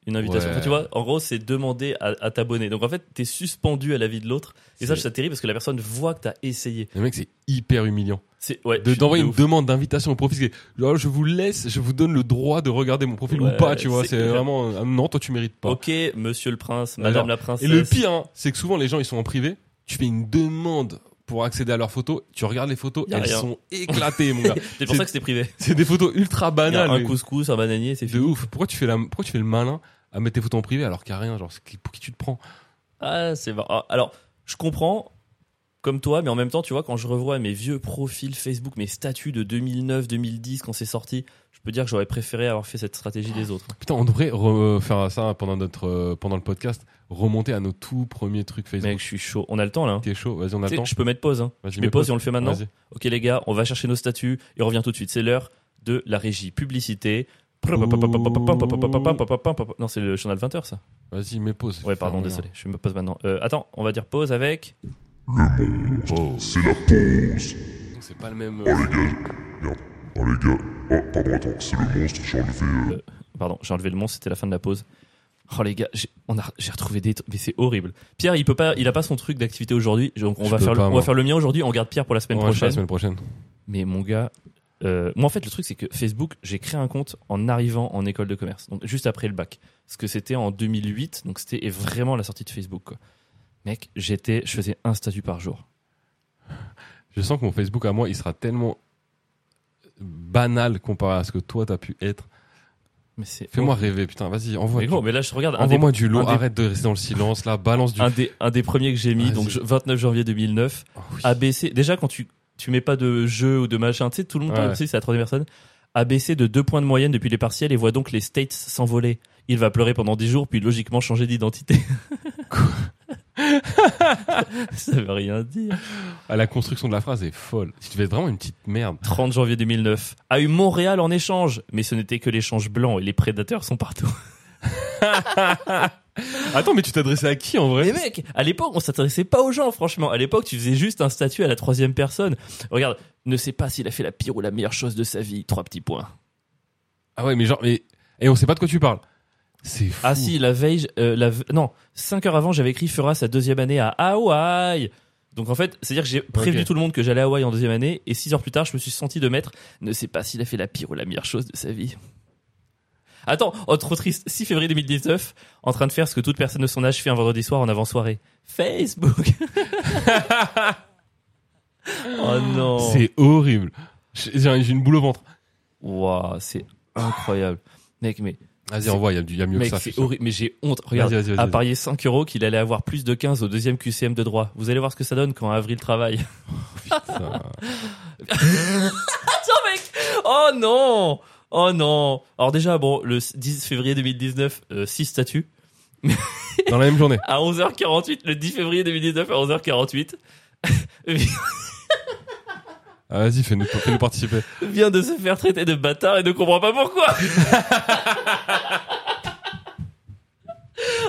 Speaker 1: une invitation.
Speaker 2: Ouais.
Speaker 1: Enfin, tu vois, en gros, c'est demander à, à t'abonner. Donc, en fait, t'es suspendu à la vie de l'autre. Et ça,
Speaker 2: C'est-
Speaker 1: je trouve ça terrible parce que la personne voit que t'as essayé.
Speaker 2: Les mecs, c'est hyper humiliant.
Speaker 1: C'est ouais.
Speaker 2: De-
Speaker 1: je-
Speaker 2: D'envoyer
Speaker 1: de
Speaker 2: une
Speaker 1: ouf.
Speaker 2: demande d'invitation au profil, c'est genre, je vous laisse, je vous donne le droit de regarder mon profil
Speaker 1: Ouais,
Speaker 2: ou pas, tu vois.
Speaker 1: c'est
Speaker 2: C'est
Speaker 1: clair.
Speaker 2: vraiment, euh, ah non, toi tu mérites pas.
Speaker 1: Ok, Monsieur le Prince,
Speaker 2: Ouais,
Speaker 1: Madame
Speaker 2: genre.
Speaker 1: la Princesse.
Speaker 2: Bah Et le pire, hein, c'est que souvent les gens ils sont en privé. Tu fais une demande pour accéder à leurs photos. Tu regardes les photos,
Speaker 1: Y a
Speaker 2: elles
Speaker 1: rien.
Speaker 2: sont éclatées, mon gars.
Speaker 1: c'est pour ça que c'était privé.
Speaker 2: C'est des photos
Speaker 1: Il y
Speaker 2: ultra
Speaker 1: a
Speaker 2: banales.
Speaker 1: un
Speaker 2: mais
Speaker 1: couscous, un bananier, c'est
Speaker 2: de
Speaker 1: fini.
Speaker 2: ouf. Pourquoi tu fais la, pourquoi tu fais le malin à mettre tes photos en privé alors qu'il n'y a rien, genre c'est qui- pour qui tu te prends
Speaker 1: Ah, c'est mar- ah, Alors, je comprends comme toi, mais en même temps, tu vois, quand je revois mes vieux profils Facebook, mes statuts de 2009, 2010, quand c'est sorti, je peux dire que j'aurais préféré avoir fait cette stratégie des autres.
Speaker 2: Putain, on devrait re- euh, faire ça pendant notre euh, pendant le podcast, remonter à nos tout premiers trucs Facebook.
Speaker 1: Mec, je suis chaud. On a le temps là. hein.
Speaker 2: T'es chaud, vas-y on
Speaker 1: Tu sais,
Speaker 2: attend.
Speaker 1: Je peux mettre pause. Hein.
Speaker 2: Vas-y,
Speaker 1: Je
Speaker 2: mets
Speaker 1: mets pause
Speaker 2: pause.
Speaker 1: et on le fait maintenant.
Speaker 2: Vas-y.
Speaker 1: Ok, les gars, on va chercher nos statuts et on revient tout de suite. C'est l'heure de la régie publicité. Non, c'est le journal 20h ça.
Speaker 2: Vas-y, mets pause.
Speaker 1: Ouais, pardon,
Speaker 2: Ferme-la.
Speaker 1: désolé, je me pose maintenant. Euh, attends, on va dire pause avec.
Speaker 3: C'est la pause.
Speaker 2: C'est pas le même.
Speaker 3: Oh les gars, merde. Oh les gars. Oh pardon, attends, c'est le monstre, j'ai enlevé. euh,
Speaker 1: Pardon, j'ai enlevé le monstre, c'était la fin de la pause. Oh les gars, j'ai on a- j'ai retrouvé des trucs, mais c'est horrible. Pierre, il peut pas, il a pas son truc d'activité aujourd'hui, donc on
Speaker 2: Je
Speaker 1: va
Speaker 2: peux
Speaker 1: faire, le-
Speaker 2: pas,
Speaker 1: on
Speaker 2: moi.
Speaker 1: va faire le mien aujourd'hui. On garde Pierre pour la semaine
Speaker 2: Ouais, je fais
Speaker 1: prochaine.
Speaker 2: la semaine prochaine.
Speaker 1: Mais mon gars, euh, moi en fait le truc c'est que Facebook, j'ai créé un compte en arrivant en école de commerce, donc juste après le bac, parce que c'était en 2008, donc c'était vraiment la sortie de Facebook. Quoi. Mec, j'étais, je faisais un statut par jour.
Speaker 2: Je sens que mon Facebook à moi, il sera tellement banal comparé à ce que toi t'as pu être.
Speaker 1: Mais c'est.
Speaker 2: Fais-moi rêver, putain, vas-y, envoie.
Speaker 1: Mais gros, mais là je regarde un des,
Speaker 2: Envoie-moi du lot,
Speaker 1: un des-
Speaker 2: arrête de rester dans le silence, là, balance du.
Speaker 1: un des, un des premiers que j'ai mis,
Speaker 2: Vas-y.
Speaker 1: donc je- 29 janvier 2009.
Speaker 2: Oh, oui.
Speaker 1: ABC. Déjà, quand tu, tu mets pas de jeu ou de machin, tu sais, tout le monde
Speaker 2: Ouais.
Speaker 1: parle aussi, c'est la troisième personne. ABC de deux points de moyenne depuis les partiels et voit donc les States s'envoler. Il va pleurer pendant 10 jours, puis logiquement changer d'identité. Ça veut rien dire.
Speaker 2: Ah, La construction de la phrase est folle. Si tu fais vraiment une petite merde.
Speaker 1: 30 janvier 2009. A eu Montréal en échange, mais ce n'était que l'échange blanc et les prédateurs sont partout.
Speaker 2: Attends, mais tu t'adressais à qui en vrai
Speaker 1: Mais mec, à l'époque, on s'intéressait pas aux gens, franchement. À l'époque, tu faisais juste un statut à la troisième personne. Regarde, ne sais pas s'il a fait la pire ou la meilleure chose de sa vie. Trois petits points.
Speaker 2: Ah ouais, mais genre, mais. Et on sait pas de quoi tu parles. C'est fou.
Speaker 1: Ah si, la veille, euh, la ve- non, 5 heures avant, j'avais écrit fera sa deuxième année à Hawaï. Donc en fait, c'est-à-dire que j'ai prévenu
Speaker 2: Ok.
Speaker 1: tout le monde que j'allais à Hawaï en deuxième année, et 6 heures plus tard, je me suis senti de mettre, ne sais pas s'il a fait la pire ou la meilleure chose de sa vie. Attends, oh trop triste, 6 février 2019, en train de faire ce que toute personne de son âge fait un vendredi soir en avant-soirée. Facebook Oh non
Speaker 2: C'est horrible. J'ai j'ai- j'ai une boule au ventre.
Speaker 1: Waouh, c'est incroyable. Mec, mais
Speaker 2: Vas-y,
Speaker 1: C'est-
Speaker 2: envoie, il y, a du- y a mieux
Speaker 1: Mec,
Speaker 2: que ça. je
Speaker 1: c'est
Speaker 2: suis sûr.
Speaker 1: horrible, mais j'ai honte. Regarde,
Speaker 2: Vas-y, vas-y, vas-y,
Speaker 1: à parier 5 euros qu'il allait avoir plus de 15 au deuxième QCM de droit. Vous allez voir ce que ça donne quand Avril travaille.
Speaker 2: Putain.
Speaker 1: Attends, mec Oh non Oh non Alors déjà, bon, le 10 février 2019, 6 euh, statuts.
Speaker 2: Dans la même journée.
Speaker 1: À 11h48, le 10 février 2019 à 11h48,
Speaker 2: Ah, Vas-y, fais-nous fais-nous participer.
Speaker 1: vient de se faire traiter de bâtard et ne comprend pas pourquoi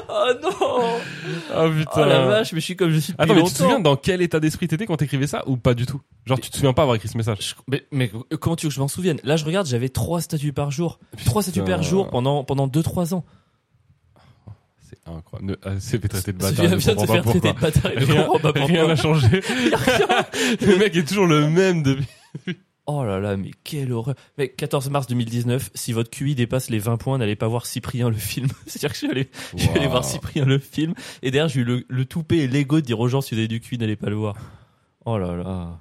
Speaker 1: Oh non
Speaker 2: Ah
Speaker 1: Oh
Speaker 2: putain.
Speaker 1: la vache, mais je suis comme je suis depuis
Speaker 2: Attends, mais tu te
Speaker 1: longtemps.
Speaker 2: souviens dans quel état d'esprit t'étais quand t'écrivais ça ou pas du tout Genre, tu te souviens pas avoir écrit ce message
Speaker 1: Je- Mais, mais euh, comment tu veux que je m'en souvienne Là, je regarde, j'avais trois statuts par jour.
Speaker 2: Putain.
Speaker 1: Trois statuts par jour pendant pendant 2-3 ans.
Speaker 2: C'est incroyable. Ne- ah, C'est fait traiter de bâtard.
Speaker 1: Sophia
Speaker 2: Je
Speaker 1: vient de se
Speaker 2: comprends pas
Speaker 1: faire traiter
Speaker 2: pourquoi.
Speaker 1: de bâtard et ne
Speaker 2: Rien-
Speaker 1: comprend pas
Speaker 2: Rien
Speaker 1: pourquoi.
Speaker 2: n'a changé. le mec est toujours le même depuis.
Speaker 1: Oh là là, mais quelle horreur. Mais 14 mars 2019, si votre QI dépasse les 20 points, n'allez pas voir Cyprien le film. C'est-à-dire que je suis allé, je suis allé
Speaker 2: Waouh.
Speaker 1: voir Cyprien le film et derrière j'ai eu le, le toupet et l'ego de dire aux gens si vous avez du QI, n'allez pas le voir. Oh là là.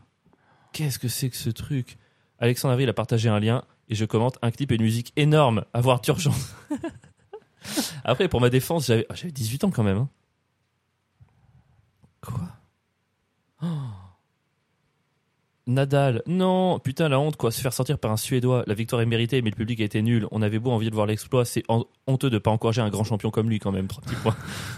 Speaker 1: Qu'est-ce que c'est que ce truc Alexandre Avril a partagé un lien et je commente un clip et une musique énorme à voir d'urgence. Après, pour ma défense, j'avais ah, j'avais 18 ans quand même. hein. Quoi Oh Nadal, non, putain la honte quoi, se faire sortir par un Suédois, la victoire est méritée mais le public a été nul, on avait beau envie de voir l'exploit, c'est hon- honteux de pas encourager un grand champion comme lui quand même, trois petits points.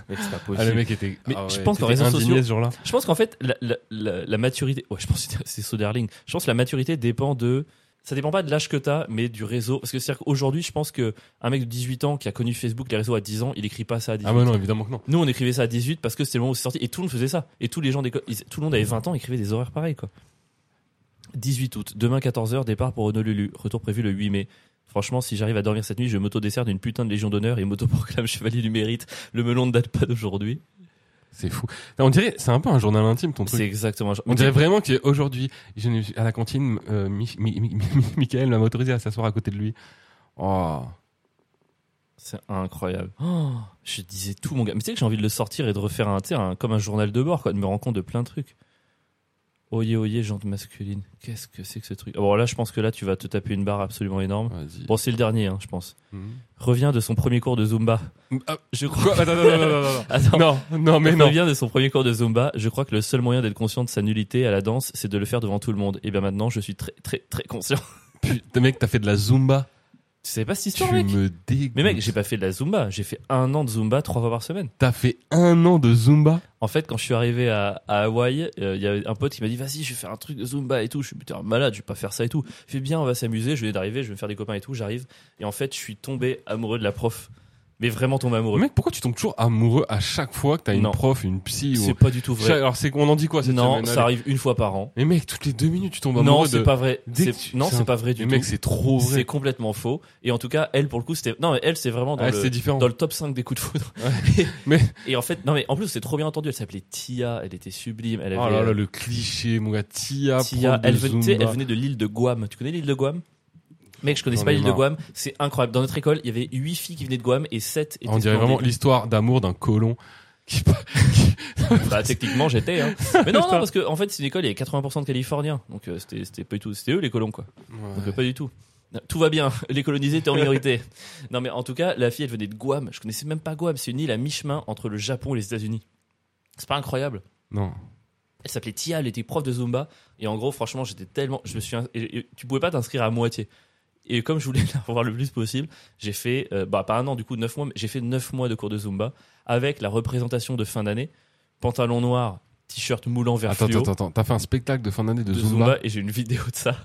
Speaker 1: Mec, c'est pas
Speaker 2: Ah,
Speaker 1: possible.
Speaker 2: le mec était.
Speaker 1: Mais
Speaker 2: ah
Speaker 1: je
Speaker 2: ouais,
Speaker 1: pense qu'en
Speaker 2: t'étais
Speaker 1: réseaux
Speaker 2: indigné
Speaker 1: sociaux-
Speaker 2: ce jour-là.
Speaker 1: Je pense qu'en fait, la, la- la- la maturité. Ouais, je pense que c'est Soderling. Je pense que la maturité dépend de. Ça dépend pas de l'âge que t'as, mais du réseau. Parce que c'est-à-dire qu'aujourd'hui, je pense que un mec de 18 ans qui a connu Facebook, les réseaux à 10 ans, il écrit pas ça à 18
Speaker 2: Ah, bah non, évidemment que non.
Speaker 1: Nous, on écrivait ça à 18 parce que c'était le moment où c'est sorti. Et tout le monde faisait ça. Et tous les gens d'école. ils- Tout le monde avait 20 ans, écrivait des horaires pareils, quoi. 18 août, demain 14h, départ pour Honolulu. Retour prévu le 8 mai. Franchement, si j'arrive à dormir cette nuit, je m'auto-dessert d'une putain de Légion d'honneur et m'auto-proclame chevalier du mérite. Le melon ne date pas d'aujourd'hui.
Speaker 2: C'est fou. On dirait, c'est un peu un journal intime ton truc.
Speaker 1: C'est exactement.
Speaker 2: On dirait vraiment qu'aujourd'hui, je ne- à la cantine, euh, Mi- Mi- Mi- Mi- Michael m'a autorisé à s'asseoir à côté de lui. Oh.
Speaker 1: C'est incroyable. Oh, je disais tout mon gars. Mais tu sais que j'ai envie de le sortir et de refaire un, tu sais, un- comme un journal de bord, quoi, de me rendre compte de plein de trucs. Oyez, oyez, jante masculine. Qu'est-ce que c'est que ce truc Ah Bon, là, je pense que là, tu vas te taper une barre absolument énorme.
Speaker 2: Vas-y.
Speaker 1: Bon, c'est le dernier, hein, je pense.
Speaker 2: Mhm.
Speaker 1: Revient de son premier cours de Zumba.
Speaker 2: Ah,
Speaker 1: Je crois.
Speaker 2: quoi Attends, non, non, non, non,
Speaker 1: Attends.
Speaker 2: non. Non, non, mais non.
Speaker 1: Revient de son premier cours de Zumba. Je crois que le seul moyen d'être conscient de sa nullité à la danse, c'est de le faire devant tout le monde. Et bien maintenant, je suis très, très, très conscient.
Speaker 2: Putain, mec, t'as fait de la Zumba.
Speaker 1: Tu savais pas cette
Speaker 2: Tu
Speaker 1: histoire, mec
Speaker 2: me dégoûtes.
Speaker 1: Mais mec, j'ai pas fait de la Zumba. J'ai fait un an de Zumba trois fois par semaine.
Speaker 2: T'as fait un an de Zumba
Speaker 1: En fait, quand je suis arrivé à, à Hawaï, euh, il y avait un pote qui m'a dit Vas-y, je vais faire un truc de Zumba et tout. Je suis putain malade, je vais pas faire ça et tout. Je fais bien, on va s'amuser. Je vais d'arriver, je vais me faire des copains et tout. J'arrive. Et en fait, je suis tombé amoureux de la prof. Mais vraiment tombé amoureux.
Speaker 2: Mec, pourquoi tu tombes toujours amoureux à chaque fois que t'as une
Speaker 1: Non.
Speaker 2: prof, une psy
Speaker 1: c'est
Speaker 2: ou...
Speaker 1: pas du tout
Speaker 2: Chaque-
Speaker 1: vrai.
Speaker 2: Alors, c'est on en dit quoi cette
Speaker 1: non,
Speaker 2: semaine
Speaker 1: ça
Speaker 2: Allez.
Speaker 1: arrive une fois par an.
Speaker 2: Mais mec, toutes les deux minutes, tu tombes amoureux
Speaker 1: non,
Speaker 2: de...
Speaker 1: c'est pas vrai.
Speaker 2: Dès
Speaker 1: C'est-
Speaker 2: que tu-
Speaker 1: Non,
Speaker 2: c'est un-
Speaker 1: c'est pas vrai du
Speaker 2: Mais mec,
Speaker 1: tout.
Speaker 2: c'est trop
Speaker 1: C'est
Speaker 2: vrai.
Speaker 1: complètement faux. Et en tout cas, elle, pour le coup, c'était. Non, mais elle, c'est vraiment dans
Speaker 2: Ah,
Speaker 1: le-
Speaker 2: c'est différent.
Speaker 1: dans le top 5 des coups de foudre.
Speaker 2: Mais
Speaker 1: Et en fait, non, mais en plus, c'est trop bien entendu. Elle s'appelait Tia, elle était sublime. Elle avait,
Speaker 2: Oh là
Speaker 1: euh,
Speaker 2: là, le cliché, mon gars. Tia,
Speaker 1: Tia,
Speaker 2: prof de
Speaker 1: elle, venait, tu sais,
Speaker 2: Ah, Zumba.
Speaker 1: elle venait de l'île de Guam. Tu connais l'île de Guam Mec, je connaissais
Speaker 2: J'en
Speaker 1: pas
Speaker 2: ai
Speaker 1: l'île de
Speaker 2: marre.
Speaker 1: Guam. C'est incroyable. Dans notre école, il y avait 8 filles qui venaient de Guam et 7 étaient
Speaker 2: On dirait
Speaker 1: splendées.
Speaker 2: vraiment l'histoire d'amour d'un colon. Qui...
Speaker 1: Bah, techniquement, j'étais. hein. Mais non, non, parce que en fait, c'est une école, il y avait 80% de Californiens. Donc, euh, c'était c'était pas du tout. C'était eux les colons, quoi. Donc, euh, pas du tout. Tout va bien, les colonisés étaient en minorité. non, mais en tout cas, la fille, elle venait de Guam. Je connaissais même pas Guam. C'est une île à mi-chemin entre le Japon et les États-Unis. C'est pas incroyable.
Speaker 2: Non.
Speaker 1: Elle s'appelait Tia, elle était prof de Zumba. Et en gros, franchement, j'étais tellement. Je me suis. ins- et- et Tu pouvais pas t'inscrire à moitié. Et comme je voulais la revoir le plus possible, j'ai fait. euh, bah, pas un an, du coup, neuf mois. mais J'ai fait neuf mois de cours de Zumba avec la représentation de fin d'année. Pantalon noir, t-shirt moulant vert
Speaker 2: Attends,
Speaker 1: fluo
Speaker 2: attends, attends. T'as fait un spectacle de fin d'année de,
Speaker 1: de Zumba. Et j'ai une vidéo de ça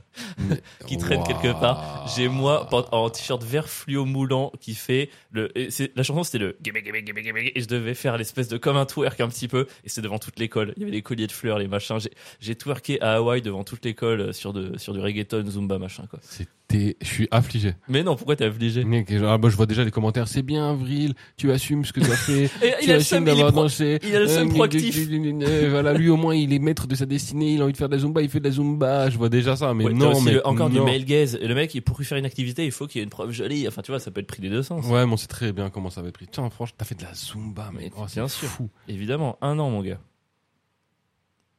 Speaker 1: qui traîne quelque part. J'ai moi pan- en t-shirt vert fluo moulant qui fait. le et c'est- La chanson, c'était le. gimme, gimme, gimme, gimme, gimme Et je devais faire l'espèce de comme un twerk un petit peu. Et c'est devant toute l'école. Il y avait des colliers de fleurs, les machins. J'ai- J'ai twerké à Hawaï devant toute l'école euh, sur, de, sur du reggaeton, zumba, machin quoi.
Speaker 2: C'était. Je suis affligé.
Speaker 1: Mais non, pourquoi t'es obligé
Speaker 2: Mec, ah, bah, je vois déjà les commentaires. C'est bien, Avril. Tu assumes ce que tu as fait.
Speaker 1: Et
Speaker 2: tu
Speaker 1: il a le
Speaker 2: assumes
Speaker 1: seum, il est
Speaker 2: d'avoir
Speaker 1: pro-
Speaker 2: dansé.
Speaker 1: il a le seum
Speaker 2: Euh,
Speaker 1: proactif.
Speaker 2: euh, Voilà, lui au moins, il est maître de sa destinée. Il a envie de faire de la Zumba. Il fait de la Zumba. Je vois déjà ça. Mais
Speaker 1: Ouais, t'as
Speaker 2: non,
Speaker 1: aussi
Speaker 2: mais.
Speaker 1: le- encore du
Speaker 2: non.
Speaker 1: male gaze. Et Le mec, il- pour lui faire une activité, il faut qu'il y ait une preuve jolie. Enfin, tu vois, ça peut être pris des deux sens.
Speaker 2: Ouais, mais on sait très bien comment ça va être pris. Tiens, franchement, t'as fait de la Zumba,
Speaker 1: Mais
Speaker 2: mec. Oh, c'est
Speaker 1: bien sûr.
Speaker 2: fou.
Speaker 1: Évidemment, un an, mon gars.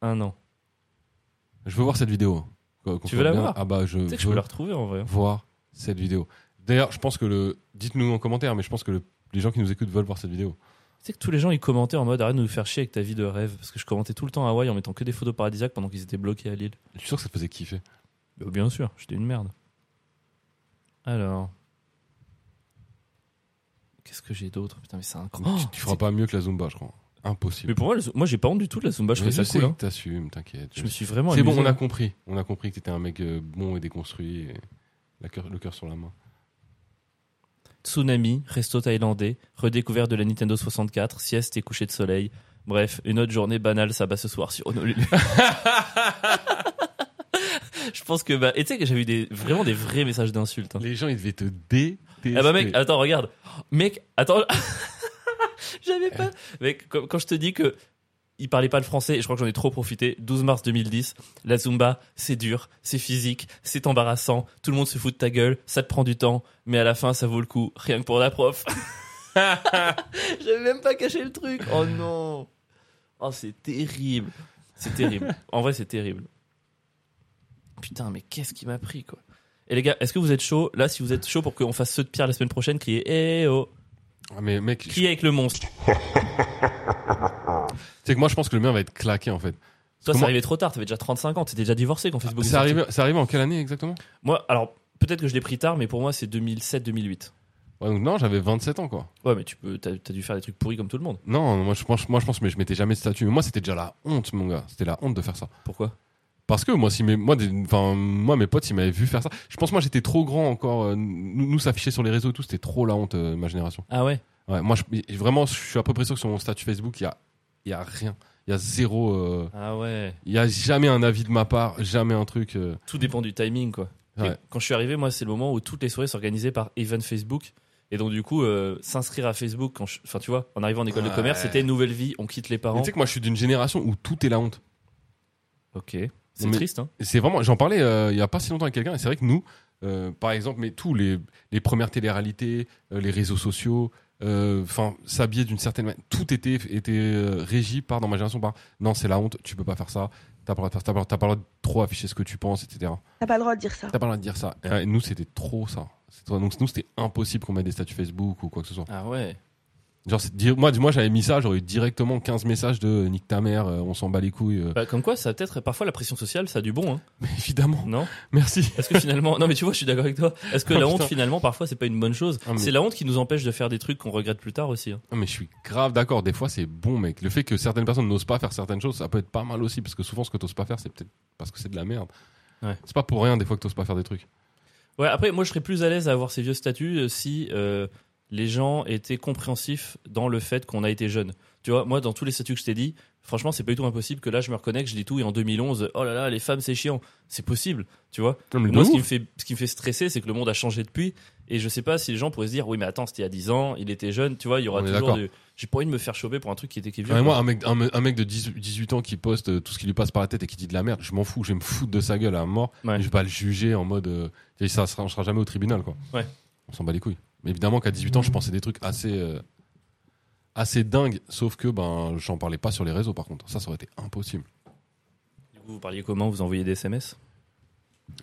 Speaker 1: Un an.
Speaker 2: Je veux voir cette vidéo. hein. Quoi,
Speaker 1: Tu
Speaker 2: qu'on soit
Speaker 1: veux la
Speaker 2: bien.
Speaker 1: voir
Speaker 2: Ah bah, je.
Speaker 1: Tu sais que je
Speaker 2: veux-
Speaker 1: peux la retrouver en vrai.
Speaker 2: voir cette vidéo. D'ailleurs, je pense que le. Dites-nous en commentaire, mais je pense que le- les gens qui nous écoutent veulent voir cette vidéo.
Speaker 1: Tu sais que tous les gens ils commentaient en mode arrête de nous faire chier avec ta vie de rêve parce que je commentais tout le temps à Hawaï en mettant que des photos paradisiaques pendant qu'ils étaient bloqués à Lille.
Speaker 2: Je suis sûr que ça te faisait kiffer.
Speaker 1: Bah, bien sûr, j'étais une merde. Alors. Qu'est-ce que j'ai d'autre Putain, mais Oh, c'est incroyable.
Speaker 2: tu, tu feras pas mieux que la Zumba, je crois. Impossible.
Speaker 1: Mais pour moi, le- moi j'ai pas honte du tout de la Zumba, je
Speaker 2: Mais
Speaker 1: fais ça
Speaker 2: sais
Speaker 1: cool.
Speaker 2: que
Speaker 1: hein.
Speaker 2: T'assumes, t'inquiète.
Speaker 1: Je me suis vraiment
Speaker 2: C'est bon,
Speaker 1: amusé.
Speaker 2: on a compris. On a compris que t'étais un mec euh, bon et déconstruit. et la cœur- le cœur sur la main.
Speaker 1: Tsunami, resto thaïlandais, redécouvert de la Nintendo 64, sieste et coucher de soleil. Bref, une autre journée banale, ça bat ce soir sur Honolulu. je pense que bah, et tu sais que j'ai eu des, vraiment des vrais messages d'insultes. hein. Eh ben,
Speaker 2: Les gens, ils devaient te détester.
Speaker 1: Ah bah mec, attends, regarde. Mec, attends. J'avais pas. Mec, quand, quand je te dis que il parlait pas le français, et je crois que j'en ai trop profité. 12 mars 2010, la Zumba, c'est dur, c'est physique, c'est embarrassant, tout le monde se fout de ta gueule, ça te prend du temps, mais à la fin, ça vaut le coup, rien que pour la prof. J'avais même pas caché le truc. Oh non. Oh, c'est terrible. C'est terrible. En vrai, c'est terrible. Putain, mais qu'est-ce qui m'a pris, quoi. Et les gars, est-ce que vous êtes chaud Là, si vous êtes chaud pour qu'on fasse ceux de pierre la semaine prochaine, criez Eh oh
Speaker 2: Ah, mais mec, je- tu
Speaker 1: Criez avec le monstre.
Speaker 2: sais que moi je pense que le mien va être claqué en fait.
Speaker 1: Toi, c'est
Speaker 2: Comment- Ah,
Speaker 1: arrivé trop tard, t'avais déjà 35 ans, t'étais déjà divorcé quand Facebook est
Speaker 2: C'est
Speaker 1: sorti.
Speaker 2: arrivé, c'est arrivé en quelle année exactement
Speaker 1: Moi, alors, peut-être que je l'ai pris tard, mais pour moi, c'est 2007-2008.
Speaker 2: Ouais, donc non, j'avais 27 ans quoi.
Speaker 1: Ouais, mais tu peux, t'as as dû faire des trucs pourris comme tout le monde.
Speaker 2: Non, moi je pense, moi je pense, mais je m'étais jamais de statut. Mais moi c'était déjà la honte, mon gars. C'était la honte de faire ça.
Speaker 1: Pourquoi
Speaker 2: Parce que moi, si mes, moi, des- enfin, moi, mes potes, ils m'avaient vu faire ça. Je pense, moi, j'étais trop grand encore. euh, Nous, nous, s'afficher sur les réseaux et tout, c'était trop la honte, euh, ma génération.
Speaker 1: Ah ouais
Speaker 2: Ouais, moi, je, vraiment, je suis à peu près sûr que sur mon statut Facebook, il y a, il y a rien. Il y a zéro. euh,
Speaker 1: Ah ouais.
Speaker 2: Il y a jamais un avis de ma part, jamais un truc. euh,
Speaker 1: Tout dépend du timing, quoi.
Speaker 2: ouais.
Speaker 1: Et Quand je suis arrivé, moi, c'est le moment où toutes les soirées s'organisaient par event Facebook. Et donc, du coup, euh, s'inscrire à Facebook, quand je- enfin, tu vois, en arrivant en école de
Speaker 2: Ouais.
Speaker 1: commerce, c'était nouvelle vie, on quitte les
Speaker 2: Mais
Speaker 1: parents.
Speaker 2: Tu sais que moi, je suis d'une génération où tout est la honte.
Speaker 1: Ok. C'est
Speaker 2: Mais-
Speaker 1: triste, hein
Speaker 2: C'est vraiment. J'en parlais euh, il y a pas si longtemps avec quelqu'un. Et c'est vrai que nous, euh, par exemple, mais tous les les premières télé-réalités, euh, les réseaux sociaux, euh, enfin s'habiller d'une certaine manière, tout était était euh, régi par dans ma génération par non c'est la honte, tu peux pas faire ça, t'as pas le droit de faire, t'as pas, t'as pas le droit de trop afficher ce que tu penses, etc.
Speaker 4: T'as pas le droit de dire ça.
Speaker 2: T'as pas le droit de dire ça. Et, euh, nous c'était trop ça. C'est trop- Donc nous c'était impossible qu'on mette des statuts Facebook ou quoi que ce soit.
Speaker 1: Ah ouais.
Speaker 2: Genre c'est dire moi moi j'avais mis ça, j'aurais eu directement 15 messages de euh, nique ta mère, euh, on s'en bat les couilles. euh.
Speaker 1: Bah, comme quoi, ça a peut-être, parfois, la pression sociale, ça a du bon, hein.
Speaker 2: Mais évidemment.
Speaker 1: Non
Speaker 2: Merci.
Speaker 1: Est-ce que finalement, non mais tu vois, je suis d'accord avec toi. Est-ce que
Speaker 2: Oh,
Speaker 1: la
Speaker 2: putain.
Speaker 1: honte finalement parfois c'est pas une bonne chose
Speaker 2: Ah, mais-
Speaker 1: C'est la honte qui nous empêche de faire des trucs qu'on regrette plus tard aussi. hein.
Speaker 2: Non, mais je suis grave d'accord. Des fois, c'est bon, mec. Le fait que certaines personnes n'osent pas faire certaines choses, ça peut être pas mal aussi. Parce que souvent, ce que t'oses pas faire, c'est peut-être parce que c'est de la merde.
Speaker 1: Ouais.
Speaker 2: C'est pas pour rien, des fois, que t'oses pas faire des trucs.
Speaker 1: Ouais. Après, moi je serais plus à l'aise à avoir ces vieux statuts euh, si euh, les gens étaient compréhensifs dans le fait qu'on a été jeune. Tu vois, moi dans tous les statuts que je t'ai dit, franchement c'est pas du tout impossible que là je me reconnais que je dis tout et en 2011, oh là là les femmes c'est chiant, c'est possible. Tu vois. Moi, ce qui, me fait, ce qui me fait stresser, c'est que le monde a changé depuis. Et je sais pas si les gens pourraient se dire, oui, mais attends, c'était il y a 10 ans, il était jeune, tu vois, il y aura
Speaker 2: On est
Speaker 1: toujours
Speaker 2: d'accord.
Speaker 1: du. J'ai pas envie de me faire choper pour un truc qui était qui est vieux.
Speaker 2: Ouais,
Speaker 1: quoi.
Speaker 2: moi, un mec, un, me- un mec de 10 18 ans qui poste euh, tout ce qui lui passe par la tête et qui dit de la merde, je m'en fous, je vais me foutre de sa gueule à mort.
Speaker 1: Ouais.
Speaker 2: Je vais pas le juger en mode. euh, et ça sera, on sera jamais au tribunal, quoi.
Speaker 1: Ouais.
Speaker 2: On s'en bat les couilles. Mais évidemment qu'à 18 ans, je pensais des trucs assez. euh, assez dingues. Sauf que, ben, j'en parlais pas sur les réseaux, par contre. Ça, ça aurait été impossible.
Speaker 1: Du coup, vous parliez comment Vous envoyez des SMS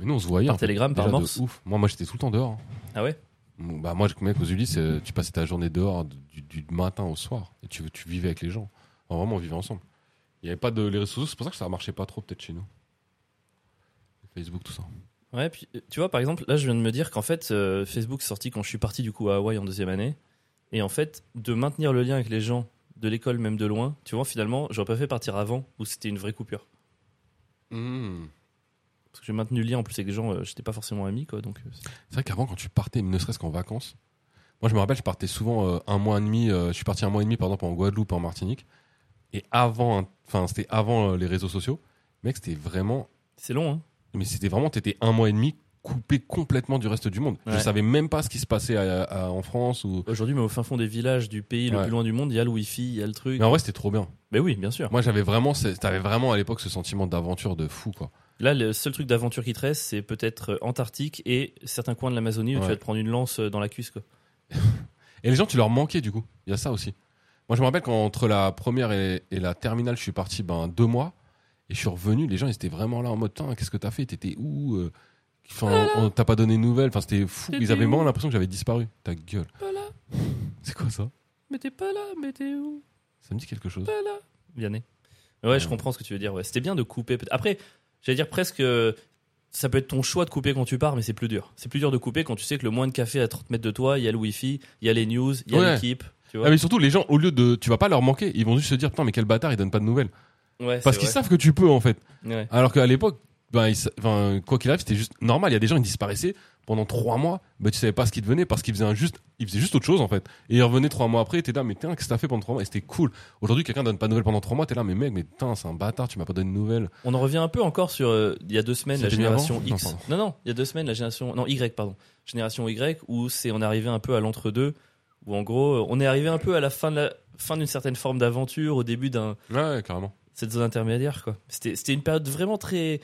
Speaker 2: Et nous, on se voyait.
Speaker 1: Par
Speaker 2: en fait.
Speaker 1: télégramme, par
Speaker 2: Déjà de
Speaker 1: morse
Speaker 2: ouf. Moi, moi j'étais tout le temps dehors. hein.
Speaker 1: Ah ouais
Speaker 2: Bon, Bah, moi, je- mec, aux Ulysses, euh, tu passais ta journée dehors du, du matin au soir. Et tu, tu vivais avec les gens. Enfin, vraiment, on vivait ensemble. Il n'y avait pas de les réseaux sociaux, c'est pour ça que ça marchait pas trop, peut-être chez nous. Facebook, tout ça.
Speaker 1: Ouais, puis euh, tu vois, par exemple, là, je viens de me dire qu'en fait, euh, Facebook est sorti quand je suis parti du coup à Hawaï en deuxième année. Et en fait, de maintenir le lien avec les gens de l'école, même de loin, tu vois, finalement, j'aurais pas fait partir avant où c'était une vraie coupure. Parce que j'ai maintenu le lien en plus avec des gens, euh, j'étais pas forcément ami, quoi. Donc, euh, c'est-
Speaker 2: C'est vrai qu'avant, quand tu partais, ne serait-ce qu'en vacances, moi, je me rappelle, je partais souvent euh, un mois et demi. euh, je suis parti un mois et demi, par exemple, en Guadeloupe, en Martinique. Et avant, un- enfin, c'était avant euh, les réseaux sociaux. Mec, c'était vraiment
Speaker 1: c'est long, hein.
Speaker 2: Mais c'était vraiment, t'étais un mois et demi coupé complètement du reste du monde. Je
Speaker 1: Ouais.
Speaker 2: savais même pas ce qui se passait à- à- en France ou.
Speaker 1: Aujourd'hui, mais au fin fond des villages du pays le
Speaker 2: Ouais.
Speaker 1: plus loin du monde, il y a le wifi, il y a le truc.
Speaker 2: Mais en vrai, c'était trop bien.
Speaker 1: Mais oui, bien sûr.
Speaker 2: Moi, j'avais vraiment, ce- t'avais vraiment à l'époque ce sentiment d'aventure de fou, quoi.
Speaker 1: Là, le seul truc d'aventure qui te reste, c'est peut-être euh, Antarctique et certains coins de l'Amazonie où tu
Speaker 2: Ouais.
Speaker 1: vas te prendre une lance euh, dans la cuisse, quoi.
Speaker 2: Et les gens, tu leur manquais du coup. Il y a ça aussi. Moi, je me rappelle qu'entre la première et, et la terminale, je suis parti ben, deux mois et je suis revenu. Les gens, ils étaient vraiment là en mode Tain, Qu'est-ce que t'as fait T'étais où Euh, Enfin, on t'a pas donné de nouvelles. Enfin, c'était fou. Ils
Speaker 1: T'étais
Speaker 2: avaient
Speaker 1: où
Speaker 2: vraiment l'impression que j'avais disparu. Ta gueule. C'est quoi ça
Speaker 1: Mais t'es pas là, mais t'es où
Speaker 2: Ça me dit quelque chose.
Speaker 1: Vianney. Ouais, je
Speaker 2: Ouais.
Speaker 1: comprends ce que tu veux dire. Ouais. C'était bien de couper. peut- Après, j'allais dire presque. euh, Ça peut être ton choix de couper quand tu pars, mais c'est plus dur. C'est plus dur de couper quand tu sais que le moins de café à 30 mètres de toi, il y a le wifi, il y a les news, il y a
Speaker 2: Ouais.
Speaker 1: l'équipe. Tu vois
Speaker 2: Ah mais surtout les gens au lieu de tu vas pas leur manquer, ils vont juste se dire putain mais quel bâtard ils donnent pas de nouvelles
Speaker 1: Ouais,
Speaker 2: parce
Speaker 1: c'est
Speaker 2: qu'ils
Speaker 1: vrai.
Speaker 2: savent que tu peux en fait.
Speaker 1: Ouais.
Speaker 2: Alors qu'à l'époque ben, ils sa- enfin, quoi qu'il arrive c'était juste normal, il y a des gens ils disparaissaient pendant trois mois, ben tu savais pas ce qui devenait parce qu'ils faisaient un juste ils faisaient juste autre chose en fait et ils revenaient trois mois après, t'es là mais tiens qu'est-ce que t'as fait pendant trois mois et c'était cool. Aujourd'hui quelqu'un donne pas de nouvelles pendant trois mois, t'es là mais mec mais putain c'est un bâtard tu m'as pas donné de nouvelles.
Speaker 1: On en revient un peu encore sur euh, il y a deux semaines la
Speaker 2: C'était bien
Speaker 1: génération
Speaker 2: avant
Speaker 1: X.
Speaker 2: Non,
Speaker 1: Non, non, il y a deux semaines la génération non Y pardon, génération Y où c'est on arrivait un peu à l'entre deux où en gros, euh, on est arrivé un peu à la fin de la fin d'une certaine forme d'aventure, au début d'un
Speaker 2: Ouais, ouais, carrément.
Speaker 1: cette zone intermédiaire quoi. C'était c'était une période vraiment très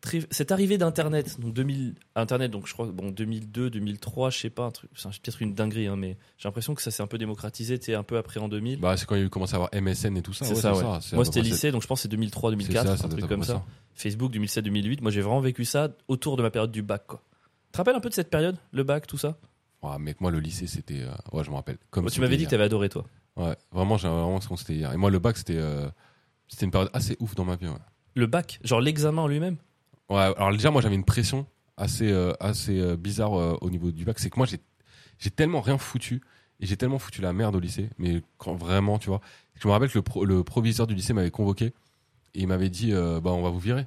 Speaker 1: très cette arrivée d'internet donc 2000 internet donc je crois bon 2002 2003 je sais pas un truc c'est peut-être une dinguerie hein, mais j'ai l'impression que ça s'est un peu démocratisé tu sais, un peu après en 2000.
Speaker 2: Bah, c'est quand il y a eu commencé à avoir MSN et tout ça.
Speaker 1: C'est
Speaker 2: ouais,
Speaker 1: ça, ouais.
Speaker 2: C'est à
Speaker 1: Moi
Speaker 2: peu
Speaker 1: c'était
Speaker 2: près-
Speaker 1: lycée donc je pense que c'est 2003
Speaker 2: c'est- c'est
Speaker 1: 2004
Speaker 2: ça
Speaker 1: un
Speaker 2: doit être
Speaker 1: truc
Speaker 2: à peu
Speaker 1: comme
Speaker 2: près
Speaker 1: ça. Facebook 2007 2008 moi j'ai vraiment vécu ça autour de ma période du bac quoi. Tu te rappelles un peu de cette période le bac tout ça
Speaker 2: Ouais, mec, moi, le lycée, c'était. euh, Ouais, je me rappelle. Comme
Speaker 1: Moi, Tu
Speaker 2: c'était
Speaker 1: m'avais dit
Speaker 2: hier.
Speaker 1: que t'avais adoré toi.
Speaker 2: Ouais, vraiment, j'ai vraiment ce qu'on s'était hier. Et moi, le bac, c'était. euh, C'était une période assez ouf dans ma vie. Ouais,
Speaker 1: Le bac genre l'examen en lui-même
Speaker 2: Ouais, alors déjà, moi, j'avais une pression assez, euh, assez euh, bizarre euh, au niveau du bac. C'est que moi, j'ai j'ai tellement rien foutu. Et j'ai tellement foutu la merde au lycée. Mais quand vraiment, tu vois. Je me rappelle que le, pro- le proviseur du lycée m'avait convoqué. Et il m'avait dit, euh, bah, on va vous virer.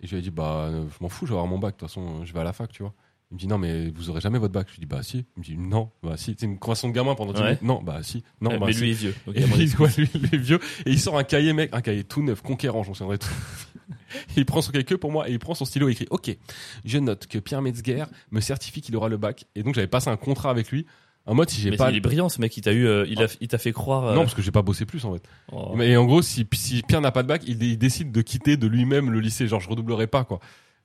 Speaker 2: Et je lui ai dit, bah, euh, je m'en fous, je vais avoir mon bac. De toute façon, euh, je vais à la fac, tu vois. Il me dit, non, mais vous aurez jamais votre bac. Je lui dis, bah, si. Il me dit, non, bah, si. C'est une croissance de gamin pendant 10
Speaker 1: Ouais.
Speaker 2: minutes. Non, bah, si. Non,
Speaker 1: Euh,
Speaker 2: bah,
Speaker 1: mais
Speaker 2: si.
Speaker 1: lui est vieux. donc il
Speaker 2: Et
Speaker 1: y a moins
Speaker 2: lui,
Speaker 1: d'excuses.
Speaker 2: ouais, lui, il est vieux. Et il sort un cahier, mec, un cahier tout neuf, conquérant, j'en souviendrai tout. il prend son cahier que pour moi et il prend son stylo et écrit Ok, je note que Pierre Metzger me certifie qu'il aura le bac. Et donc j'avais passé un contrat avec lui. En mode, si j'ai
Speaker 1: Mais
Speaker 2: pas. Oh.
Speaker 1: il est brillant ce mec, il t'a eu euh, il a il t'a fait croire euh,
Speaker 2: Non, parce que j'ai pas bossé plus en fait.
Speaker 1: oh.
Speaker 2: Mais en gros, si, si Pierre n'a pas de bac, il, il décide de quitter de lui-même le lycée. Genre, je redoublerai pas quoi.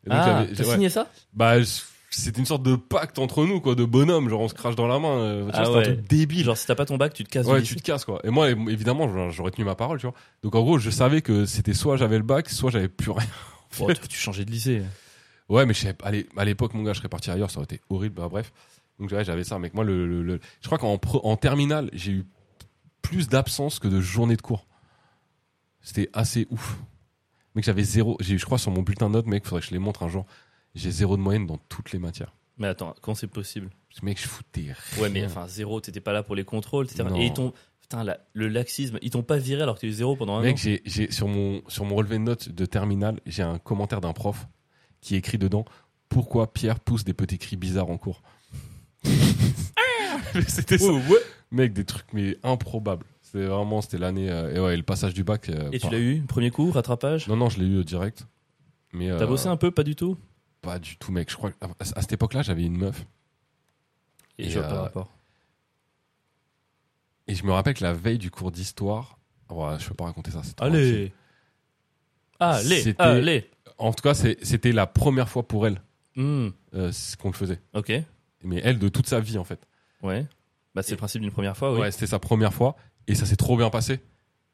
Speaker 2: Et donc,
Speaker 1: Ah,
Speaker 2: j'avais-
Speaker 1: t'as
Speaker 2: ouais.
Speaker 1: signé ça
Speaker 2: Bah, je- c'était une sorte de pacte entre nous quoi, de bonhomme. Genre, on se crache dans la main. euh, tu
Speaker 1: Ah
Speaker 2: vois, c'était un
Speaker 1: ouais.
Speaker 2: truc débile.
Speaker 1: Genre si t'as pas ton bac, tu te casses du
Speaker 2: Ouais,
Speaker 1: lycée.
Speaker 2: tu te casses quoi. Et moi, évidemment, j'aurais- j'aurais tenu ma parole, tu vois. Donc en gros, je savais que c'était soit j'avais le bac, soit j'avais plus rien.
Speaker 1: Oh, tu, tu changeais de lycée.
Speaker 2: Ouais, mais je savais pas- allez, à l'époque, mon gars, je serais parti ailleurs, ça aurait été horrible. Bah, bref. Donc ouais, j'avais ça, mec. Moi, le, le- le- je crois qu'en pre- en terminale, j'ai eu plus d'absence que de journées de cours. C'était assez ouf. Mec, j'avais zéro. J'ai, je crois, sur mon bulletin de notes, mec, faudrait que je les montre un jour. J'ai zéro de moyenne dans toutes les matières.
Speaker 1: Mais attends, quand c'est possible
Speaker 2: Parce que, Mec, je foutais rien.
Speaker 1: Ouais, mais enfin zéro, t'étais pas là pour les contrôles, etc.
Speaker 2: Non.
Speaker 1: Et ils t'ont, putain, la- le laxisme, ils t'ont pas viré alors que t'es zéro pendant un
Speaker 2: Mec,
Speaker 1: an.
Speaker 2: j'ai, j'ai- sur, mon, sur mon relevé de notes de terminale, j'ai un commentaire d'un prof qui écrit dedans Pourquoi Pierre pousse des petits cris bizarres en cours Mais C'était ça.
Speaker 1: Oh,
Speaker 2: Mec, des trucs mais improbables. C'était vraiment, c'était l'année. euh, et ouais, le passage du bac. euh,
Speaker 1: Et tu
Speaker 2: enfin,
Speaker 1: l'as eu, premier coup, rattrapage.
Speaker 2: Non, non, je l'ai eu euh, direct. Mais,
Speaker 1: T'as
Speaker 2: euh,
Speaker 1: bossé hein un peu, pas du tout.
Speaker 2: Pas du tout, mec. Je crois que- à, à cette époque-là, j'avais une meuf.
Speaker 1: Et,
Speaker 2: Et
Speaker 1: je vois pas le
Speaker 2: euh,
Speaker 1: rapport.
Speaker 2: Et je me rappelle que la veille du cours d'histoire. oh, Ouais, je peux pas raconter ça. c'est trop intime.
Speaker 1: Allez, allez,
Speaker 2: C'était-
Speaker 1: allez.
Speaker 2: En tout cas, c'est- c'était la première fois pour elle
Speaker 1: Hmm,
Speaker 2: euh, ce qu'on le faisait.
Speaker 1: Ok,
Speaker 2: Mais elle, de toute sa vie, en fait.
Speaker 1: ouais. Bah c'est le principe d'une première fois, oui.
Speaker 2: Ouais, c'était sa première fois et ça s'est trop bien passé.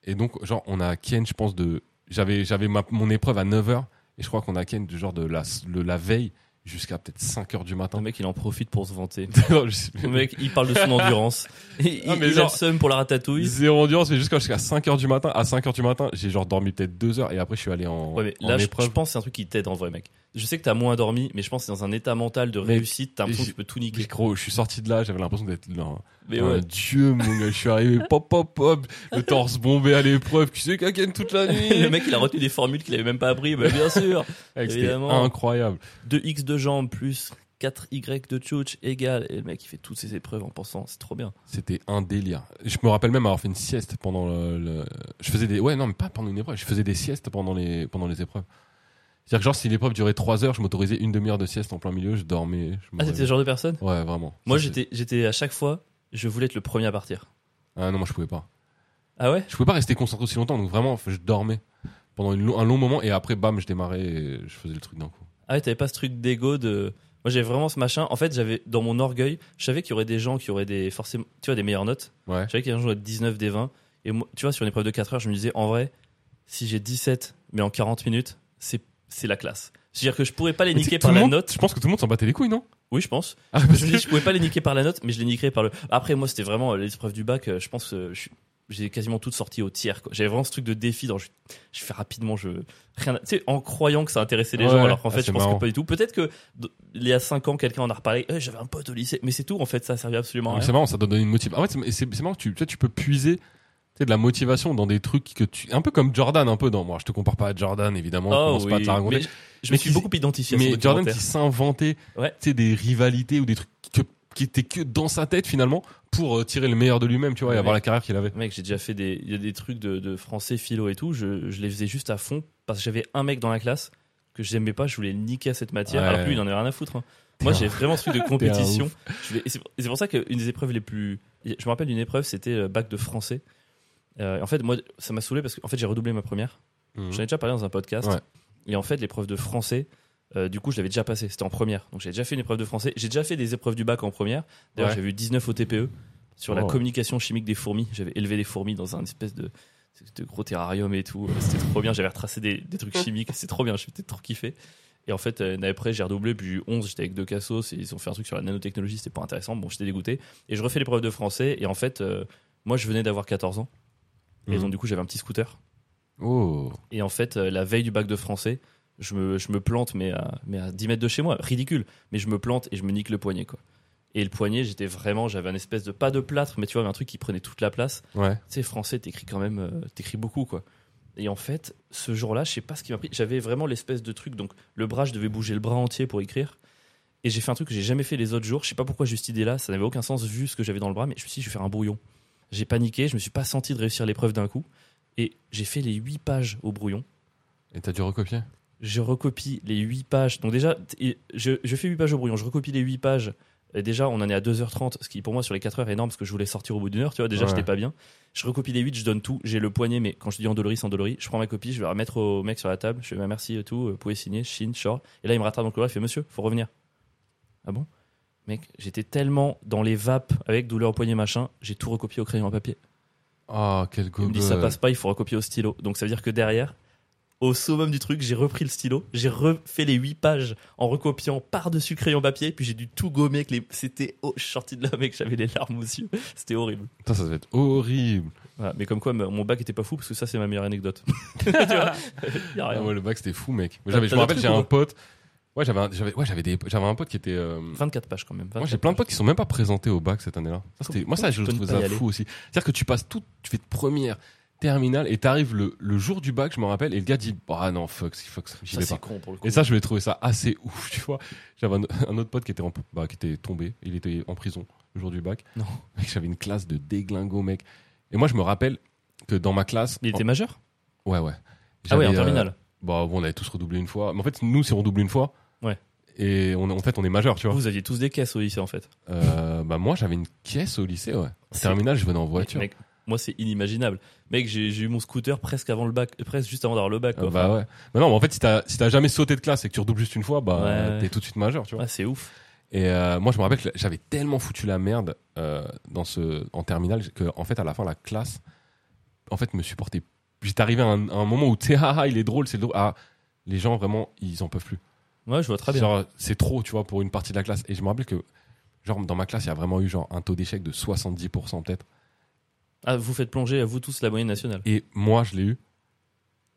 Speaker 2: Et donc, genre, on a Ken, je pense, de. J'avais, j'avais ma- mon épreuve à 9h et je crois qu'on a Ken du genre de la, le- la veille jusqu'à peut-être 5h du
Speaker 1: Le
Speaker 2: matin.
Speaker 1: mec, il en profite pour se vanter.
Speaker 2: Non, je sais-
Speaker 1: Le mec, il parle de son endurance. Il,
Speaker 2: Non, Ah, mais
Speaker 1: il a
Speaker 2: genre-
Speaker 1: le seum pour la ratatouille.
Speaker 2: Zéro endurance, mais jusqu'à, jusqu'à 5h du matin. À 5h du matin, j'ai genre dormi peut-être 2 heures et après, je suis allé en,
Speaker 1: Ouais, mais
Speaker 2: en
Speaker 1: là, je,
Speaker 2: épreuve.
Speaker 1: je pense que c'est un truc qui t'aide en vrai, mec. Je sais que t'as moins dormi, mais je pense que c'est dans un état mental de
Speaker 2: Mais-
Speaker 1: réussite, t'as l'impression que
Speaker 2: j'ai-
Speaker 1: tu peux tout niquer.
Speaker 2: Mais gros, je suis sorti de là, j'avais l'impression d'être un,
Speaker 1: Mais
Speaker 2: un
Speaker 1: ouais.
Speaker 2: dieu, mon gars. Je suis arrivé, pop, pop, pop, le torse bombé à l'épreuve. Tu sais qu'à Ken toute la
Speaker 1: le
Speaker 2: nuit.
Speaker 1: mec, il a retenu des formules qu'il avait même pas appris, bah, bien sûr.
Speaker 2: Mec, c'était
Speaker 1: évidemment.
Speaker 2: incroyable.
Speaker 1: 2x de jambes plus 4y de tchouch égale. Et le mec, il fait toutes ses épreuves en pensant, c'est trop bien.
Speaker 2: C'était un délire. Je me rappelle même avoir fait une sieste pendant le, le- Je faisais des. Ouais, non, mais pas pendant une épreuve. Je faisais des siestes pendant les, pendant les épreuves. C'est-à-dire que, genre, si l'épreuve durait 3 heures, je m'autorisais une demi-heure de sieste en plein milieu, je dormais. Je me
Speaker 1: Ah, c'était
Speaker 2: réveillais.
Speaker 1: ce genre de personne
Speaker 2: Ouais, vraiment.
Speaker 1: Moi,
Speaker 2: Ça, c'est-
Speaker 1: j'étais, j'étais à chaque fois, je voulais être le premier à partir.
Speaker 2: Ah non, moi, je pouvais pas.
Speaker 1: Ah ouais
Speaker 2: Je pouvais pas rester concentré aussi longtemps, donc vraiment, je dormais pendant une lo- un long moment et après, bam, je démarrais et je faisais le truc d'un coup.
Speaker 1: Ah ouais, t'avais pas ce truc d'ego de. Moi, j'avais vraiment ce machin. En fait, j'avais, dans mon orgueil, je savais qu'il y aurait des gens qui auraient des, forcément, tu vois, des meilleures notes.
Speaker 2: Ouais.
Speaker 1: Je savais qu'il y a un jour 19 des 20. Et moi, tu vois, sur une épreuve de 4 heures, je me disais, en vrai, si j'ai 17, mais en 40 minutes, c'est, c'est la classe. C'est-à-dire que je pourrais pas les
Speaker 2: Mais tu sais,
Speaker 1: niquer
Speaker 2: tout
Speaker 1: par
Speaker 2: le
Speaker 1: la
Speaker 2: monde-
Speaker 1: note.
Speaker 2: Je pense que tout le monde s'en battait les couilles, non
Speaker 1: Oui, je pense.
Speaker 2: Ah, parce
Speaker 1: Je me dis, je pouvais pas les niquer par la note, mais je les niquerais par le. Après, moi, c'était vraiment euh, l'épreuve du bac. euh, Je pense que je suis- j'ai quasiment toutes sorties au tiers. quoi. J'avais vraiment ce truc de défi. Dans je, je fais rapidement, je rien. à- Tu sais, en croyant que ça intéressait les
Speaker 2: Ouais,
Speaker 1: gens, alors qu'en
Speaker 2: ah,
Speaker 1: fait,
Speaker 2: c'est
Speaker 1: je pense
Speaker 2: marrant.
Speaker 1: que pas du tout. Peut-être que d- il y a cinq ans, quelqu'un en a reparlé. Eh, J'avais un pote au lycée, mais c'est tout. En fait, ça servait absolument à
Speaker 2: Mais C'est
Speaker 1: rien.
Speaker 2: marrant, ça doit donner une motivation. En fait, c'est- c'est c'est marrant, tu, tu, sais, tu peux puiser tu sais, de la motivation dans des trucs que tu. Un peu comme Jordan, un peu dans. Moi, je te compare pas à Jordan, évidemment, je
Speaker 1: Oh
Speaker 2: commence
Speaker 1: oui,
Speaker 2: pas à te la raconter.
Speaker 1: mais je- je
Speaker 2: Mais
Speaker 1: me suis
Speaker 2: qui-
Speaker 1: beaucoup identifié à
Speaker 2: Mais,
Speaker 1: ce
Speaker 2: Jordan
Speaker 1: documentaire.
Speaker 2: qui s'inventait
Speaker 1: Ouais.
Speaker 2: tu sais, des rivalités ou des trucs que- qui étaient que dans sa tête, finalement, pour euh, tirer le meilleur de lui-même, tu vois, et
Speaker 1: Ouais.
Speaker 2: avoir la carrière qu'il avait.
Speaker 1: Mec, j'ai déjà fait des, il y a des trucs de, de français philo et tout. Je, je les faisais juste à fond parce que j'avais un mec dans la classe que j'aimais pas, je voulais niquer à cette matière.
Speaker 2: Ouais.
Speaker 1: Alors que lui, il en avait rien à foutre. hein.
Speaker 2: T'es
Speaker 1: Moi,
Speaker 2: un-
Speaker 1: j'ai vraiment ce truc de
Speaker 2: T'es un
Speaker 1: compétition. Je vais- et C'est pour- et c'est pour ça qu'une des épreuves les plus. Je me rappelle d'une épreuve, c'était euh, bac de français. Euh, en fait, moi, ça m'a saoulé parce que en fait, j'ai redoublé ma première.
Speaker 2: Mhm.
Speaker 1: J'en ai déjà parlé dans un podcast.
Speaker 2: Ouais.
Speaker 1: Et en fait, l'épreuve de français, euh, du coup, je l'avais déjà passée. C'était en première. Donc, j'avais déjà fait une épreuve de français. J'ai déjà fait des épreuves du bac en première. D'ailleurs,
Speaker 2: Ouais.
Speaker 1: j'avais eu 19 au TPE sur la
Speaker 2: Oh.
Speaker 1: communication chimique des fourmis. J'avais élevé des fourmis dans un espèce de, de gros terrarium et tout. Euh, C'était trop bien. J'avais retracé des, des trucs chimiques. C'était trop bien. J'étais trop kiffé. Et en fait, euh, l'année après, j'ai redoublé. Puis j'ai eu 11, j'étais avec deux cassos. Et ils ont fait un truc sur la nanotechnologie. C'était pas intéressant. Bon, j'étais dégoûté. Et je refais l'épreuve de français. Et en fait, euh, moi, je venais d'avoir 14 ans. Et
Speaker 2: Mhm.
Speaker 1: donc, du coup, j'avais un petit scooter.
Speaker 2: Oh.
Speaker 1: Et en fait, euh, la veille du bac de français, je me, je me plante, mais à, mais à 10 mètres de chez moi, ridicule. Mais je me plante et je me nique le poignet, quoi. Et le poignet, j'étais vraiment, j'avais un espèce de pas de plâtre, mais tu vois, un truc qui prenait toute la place.
Speaker 2: Ouais.
Speaker 1: Tu sais, français, t'écris quand même, euh, t'écris beaucoup, quoi. Et en fait, ce jour-là, je sais pas ce qui m'a pris. J'avais vraiment l'espèce de truc, donc le bras, je devais bouger le bras entier pour écrire. Et j'ai fait un truc que j'ai jamais fait les autres jours. Je sais pas pourquoi j'ai eu cette idée-là, ça n'avait aucun sens vu ce que j'avais dans le bras, mais je me suis dit, je vais faire un brouillon. J'ai paniqué, je me suis pas senti de réussir l'épreuve d'un coup. Et j'ai fait les 8 pages au brouillon
Speaker 2: Et t'as dû recopier
Speaker 1: je recopie les 8 pages. Donc déjà, t- et je, je fais 8 pages au brouillon, je recopie les 8 pages. Et déjà, on en est à 2h30, ce qui pour moi sur les 4 heures est énorme parce que je voulais sortir au bout d'une heure, tu vois, déjà
Speaker 2: Ouais.
Speaker 1: j'étais pas bien. Je recopie les 8, je donne tout, j'ai le poignet, mais quand je dis en doloris, en doloris, je prends ma copie, je vais la remettre au mec sur la table, je fais ma merci et tout, euh, vous pouvez signer, Chine, short. Et là, il me rattrape dans le couloir, il fait monsieur, faut revenir. Ah bon Mec, j'étais tellement dans les vapes avec douleur au poignet, machin, j'ai tout recopié au crayon à papier.
Speaker 2: Ah, quel
Speaker 1: Il
Speaker 2: gobe.
Speaker 1: me dit ça passe pas, il faut recopier au stylo. Donc ça veut dire que derrière, au summum du truc, j'ai repris le stylo, j'ai refait les 8 pages en recopiant par-dessus crayon papier, puis j'ai dû tout gommer. Que les... C'était. Oh, je suis sorti de là, mec, j'avais les larmes aux yeux. C'était horrible.
Speaker 2: Putain, ça devait être horrible.
Speaker 1: Voilà. Mais comme quoi, m- mon bac était pas fou, parce que ça, c'est ma meilleure anecdote. tu vois y a
Speaker 2: Ah
Speaker 1: rien.
Speaker 2: ouais, le bac, c'était fou, mec.
Speaker 1: T'as-
Speaker 2: J'avais- Je
Speaker 1: t'as d'autres
Speaker 2: me rappelle,
Speaker 1: trucs
Speaker 2: j'ai
Speaker 1: ou
Speaker 2: un
Speaker 1: pas
Speaker 2: pote. Ouais, j'avais un, j'avais- ouais, j'avais des- j'avais un pote qui était. euh,
Speaker 1: 24 pages quand même.
Speaker 2: Moi, j'ai plein de potes qui sont même pas présentés au bac cette année-là. Ça, c'était-
Speaker 1: Comment-
Speaker 2: Moi,
Speaker 1: comment
Speaker 2: ça, je
Speaker 1: tu peux ne
Speaker 2: trouve
Speaker 1: pas y
Speaker 2: ça
Speaker 1: aller
Speaker 2: fou aussi. C'est-à-dire que tu passes tout, tu fais de première, terminale, et t'arrives le, le jour du bac, je me rappelle, et le gars dit, ah non, fuck, fuck, j'y
Speaker 1: Ça,
Speaker 2: vais
Speaker 1: c'est
Speaker 2: pas.
Speaker 1: con pour le coup.
Speaker 2: Et ça, je vais trouver ça assez ouf, tu vois. J'avais un, un autre pote qui était, en- bah, qui était tombé, il était en prison le jour du bac.
Speaker 1: Non.
Speaker 2: Mec, J'avais une classe de déglingo, mec. Et moi, je me rappelle que dans ma classe.
Speaker 1: Il était majeur
Speaker 2: Ouais, ouais.
Speaker 1: Ah ouais, en
Speaker 2: J'avais, euh,
Speaker 1: terminale.
Speaker 2: bah, bon, on avait tous redoublé une fois. Mais en fait, nous, c'est redoublé une fois.
Speaker 1: Ouais.
Speaker 2: Et on, en fait, on est majeur, tu vois.
Speaker 1: Vous aviez tous des caisses au lycée en fait.
Speaker 2: Euh, bah moi j'avais une caisse au lycée ouais. En
Speaker 1: C'est-
Speaker 2: terminale je venais en voiture.
Speaker 1: Mec, moi, c'est inimaginable. Mec, j'ai j'ai eu mon scooter presque avant le bac, presque juste avant d'avoir le bac.
Speaker 2: Euh,
Speaker 1: quoi.
Speaker 2: bah ouais. Bah non mais en fait si t'as si t'as jamais sauté de classe et que tu redoubles juste une fois bah
Speaker 1: Ouais.
Speaker 2: t'es tout de suite majeur tu vois.
Speaker 1: Ah, c'est ouf.
Speaker 2: Et euh, moi je me rappelle que j'avais tellement foutu la merde euh, dans ce en terminale que en fait à la fin la classe en fait me supportait. J'étais arrivé à un, à un moment où t'es ah, ah il est drôle c'est drôle ah les gens vraiment ils en peuvent plus.
Speaker 1: Moi, je vois très bien.
Speaker 2: Genre c'est trop tu vois pour une partie de la classe et je me rappelle que genre dans ma classe il y a vraiment eu genre un taux d'échec de 70% peut-être.
Speaker 1: Ah, vous faites plonger à vous tous la moyenne nationale.
Speaker 2: Et moi, je l'ai eu.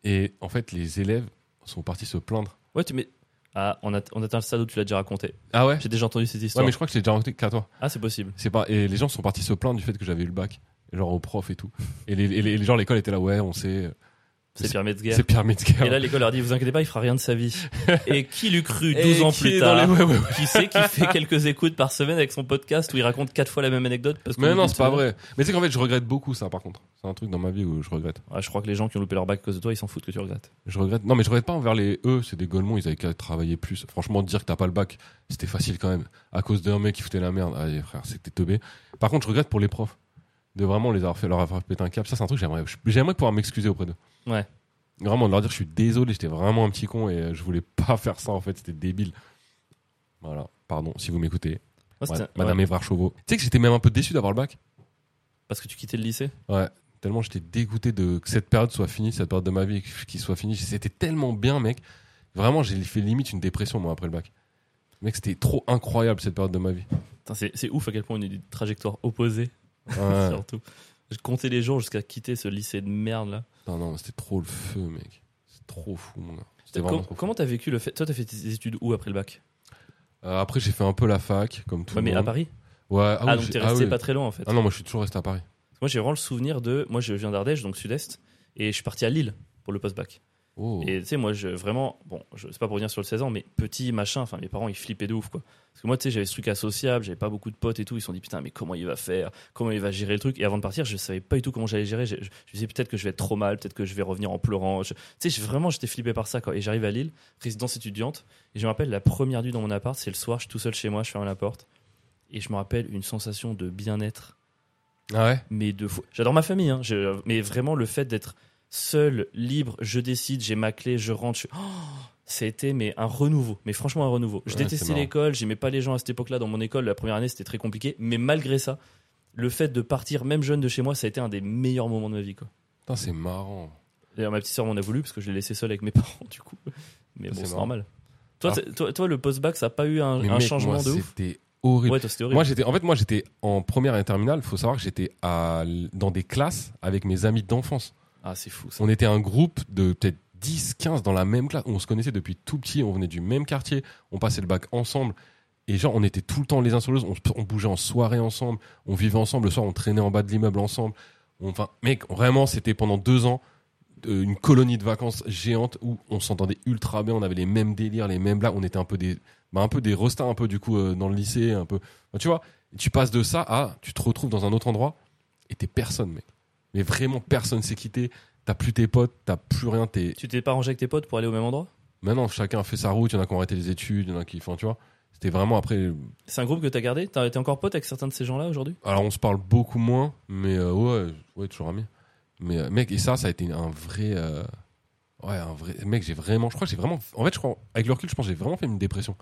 Speaker 2: Et en fait, les élèves sont partis se plaindre.
Speaker 1: Ouais, tu mais ah, on, a, on atteint le stade où tu l'as déjà raconté.
Speaker 2: Ah ouais
Speaker 1: J'ai déjà entendu cette
Speaker 2: Ouais,
Speaker 1: histoire.
Speaker 2: mais je crois que je l'ai déjà raconté qu'à toi.
Speaker 1: Ah, c'est possible.
Speaker 2: C'est pas... Et les gens sont partis se plaindre du fait que j'avais eu le bac. Genre au prof et tout. Et les, et les- les gens, l'école était là, ouais, on sait.
Speaker 1: C'est
Speaker 2: C'est-
Speaker 1: Pierre Metzger.
Speaker 2: C'est Pierre Metzger.
Speaker 1: Et là, l'école leur dit Vous inquiétez pas, il fera rien de sa vie. Et qui l'eût cru 12
Speaker 2: Et
Speaker 1: ans
Speaker 2: qui
Speaker 1: plus
Speaker 2: est dans
Speaker 1: tard
Speaker 2: les- ouais, ouais, ouais.
Speaker 1: Qui sait qui fait quelques écoutes par semaine avec son podcast où il raconte quatre fois la même anecdote parce qu'on
Speaker 2: Mais
Speaker 1: oublie
Speaker 2: non,
Speaker 1: de
Speaker 2: c'est pas
Speaker 1: se-
Speaker 2: vrai. Mais c'est qu'en fait, je regrette beaucoup ça, par contre. C'est un truc dans ma vie où je regrette.
Speaker 1: Ah, je crois que les gens qui ont loupé leur bac à cause de toi, ils s'en foutent que tu regrettes.
Speaker 2: Je regrette. Non, mais je regrette pas envers les eux. C'est des Golemons, ils avaient qu'à travailler plus. Franchement, dire que t'as pas le bac, c'était facile quand même. À cause d'un mec qui foutait la merde. Allez, frère, c'est que t'es teubé. Par contre, je regrette pour les profs. De vraiment les avoir fait, leur avoir pété un câble. Ça, c'est un truc, que j'aimerais, j'aimerais pouvoir m'excuser auprès d'eux.
Speaker 1: Ouais.
Speaker 2: Vraiment, de leur dire, je suis désolé, j'étais vraiment un petit con et euh, je voulais pas faire ça, en fait, c'était débile. Voilà. Pardon, si vous m'écoutez.
Speaker 1: Moi,
Speaker 2: Ouais,
Speaker 1: c'était-
Speaker 2: Madame
Speaker 1: ouais,
Speaker 2: Évrard Chauveau. Tu sais que j'étais même un peu déçu d'avoir le bac.
Speaker 1: Parce que tu quittais le lycée
Speaker 2: Ouais, tellement j'étais dégoûté de que cette période soit finie, cette période de ma vie qui soit finie. C'était tellement bien, mec. Vraiment, j'ai fait limite une dépression, moi, après le bac. Mec, c'était trop incroyable cette période de ma vie.
Speaker 1: Putain, C'est c'est ouf à quel point on est des trajectoires opposées,
Speaker 2: Ouais.
Speaker 1: surtout. Je comptais les jours jusqu'à quitter ce lycée de merde là.
Speaker 2: non, non, c'était trop le feu, mec. C'est trop fou, mon gars. C'était vraiment
Speaker 1: Com-
Speaker 2: trop fou.
Speaker 1: Comment t'as vécu le fait Toi, t'as fait tes études où après le bac
Speaker 2: Euh, après, j'ai fait un peu la fac, comme tout
Speaker 1: Ouais,
Speaker 2: le
Speaker 1: mais
Speaker 2: monde.
Speaker 1: à Paris
Speaker 2: Ouais, ah,
Speaker 1: Ah,
Speaker 2: oui,
Speaker 1: donc
Speaker 2: j'ai-
Speaker 1: t'es
Speaker 2: ah
Speaker 1: resté
Speaker 2: oui.
Speaker 1: pas très loin en fait.
Speaker 2: Ah non, moi, je suis toujours resté à Paris.
Speaker 1: Moi j'ai vraiment le souvenir de. Moi je viens d'Ardèche, donc sud-est, et je suis parti à Lille pour le post-bac.
Speaker 2: Oh.
Speaker 1: Et tu sais, moi, je, vraiment, bon, je c'est pas pour venir sur le 16 ans, mais petit machin, enfin, mes parents, ils flippaient de ouf, quoi. Parce que moi, tu sais, j'avais ce truc associable, j'avais pas beaucoup de potes et tout. Ils se sont dit, putain, mais comment il va faire Comment il va gérer le truc Et avant de partir, je savais pas du tout comment j'allais gérer. Je, je, je me disais, peut-être que je vais être trop mal, peut-être que je vais revenir en pleurant. Je- Tu sais, je- vraiment, j'étais flippé par ça, quoi. Et j'arrive à Lille, résidence étudiante, et je me rappelle la première nuit dans mon appart, c'est le soir, je suis tout seul chez moi, je ferme la porte, et je me rappelle une sensation de bien-être
Speaker 2: Ah ouais
Speaker 1: mais de fou. J'adore ma famille, hein. Je- mais vraiment le fait d'être seul, libre, je décide, j'ai ma clé, je rentre. je- Oh c'était mais un renouveau, mais franchement un renouveau. Je
Speaker 2: Ouais, c'est
Speaker 1: détestais
Speaker 2: marrant.
Speaker 1: l'école, j'aimais pas les gens à cette époque-là. Dans mon école, la première année, c'était très compliqué, mais malgré ça, le fait de partir, même jeune de chez moi, ça a été un des meilleurs moments de ma vie. quoi.
Speaker 2: Putain, c'est marrant.
Speaker 1: D'ailleurs, ma petite sœur m'en a voulu parce que je l'ai laissé seul avec mes parents, du coup. Mais bon,
Speaker 2: Ça, c'est
Speaker 1: c'est
Speaker 2: marrant.
Speaker 1: normal. Toi,
Speaker 2: Ah.
Speaker 1: c'est- toi, toi, le post-bac, ça a pas eu un,
Speaker 2: Mais
Speaker 1: un
Speaker 2: mec,
Speaker 1: changement
Speaker 2: moi,
Speaker 1: de ouf
Speaker 2: C'était horrible.
Speaker 1: Ouais, toi, c'était horrible.
Speaker 2: Moi, j'étais, en fait, moi, j'étais en première et terminale. Faut savoir que j'étais à, l- dans des classes avec mes amis d'enfance.
Speaker 1: ah, c'est fou ça.
Speaker 2: On était un groupe de peut-être 10, 15 dans la même classe. On se connaissait depuis tout petit. On venait du même quartier. On passait le bac ensemble. Et genre, on était tout le temps les uns sur les autres. On, se- on bougeait en soirée ensemble. On vivait ensemble. Le soir, on traînait en bas de l'immeuble ensemble. On- Enfin, mec, vraiment, c'était pendant deux ans euh, une colonie de vacances géante où on s'entendait ultra bien. On avait les mêmes délires, les mêmes blagues. On était un peu des, bah, un peu des restas un peu du coup euh, dans le lycée, un peu. Enfin, tu vois, tu passes de ça à tu te retrouves dans un autre endroit et t'es personne, mec. Mais vraiment, personne s'est quitté. T'as plus tes potes, t'as plus rien. T'es
Speaker 1: Tu t'es pas rangé avec tes potes pour aller au même endroit
Speaker 2: maintenant chacun fait sa route. Il y en a qui ont arrêté les études, il y en a qui, enfin, tu vois. C'était vraiment après.
Speaker 1: C'est un groupe que t'as gardé T'as été encore pote avec certains de ces gens-là aujourd'hui
Speaker 2: Alors on se parle beaucoup moins, mais euh, ouais, ouais, toujours ami. Mais euh, mec, et ça, ça a été un vrai, euh, ouais, un vrai. Mec, j'ai vraiment, je crois que j'ai vraiment. En fait, je crois, avec le recul, je pense que j'ai vraiment fait une dépression.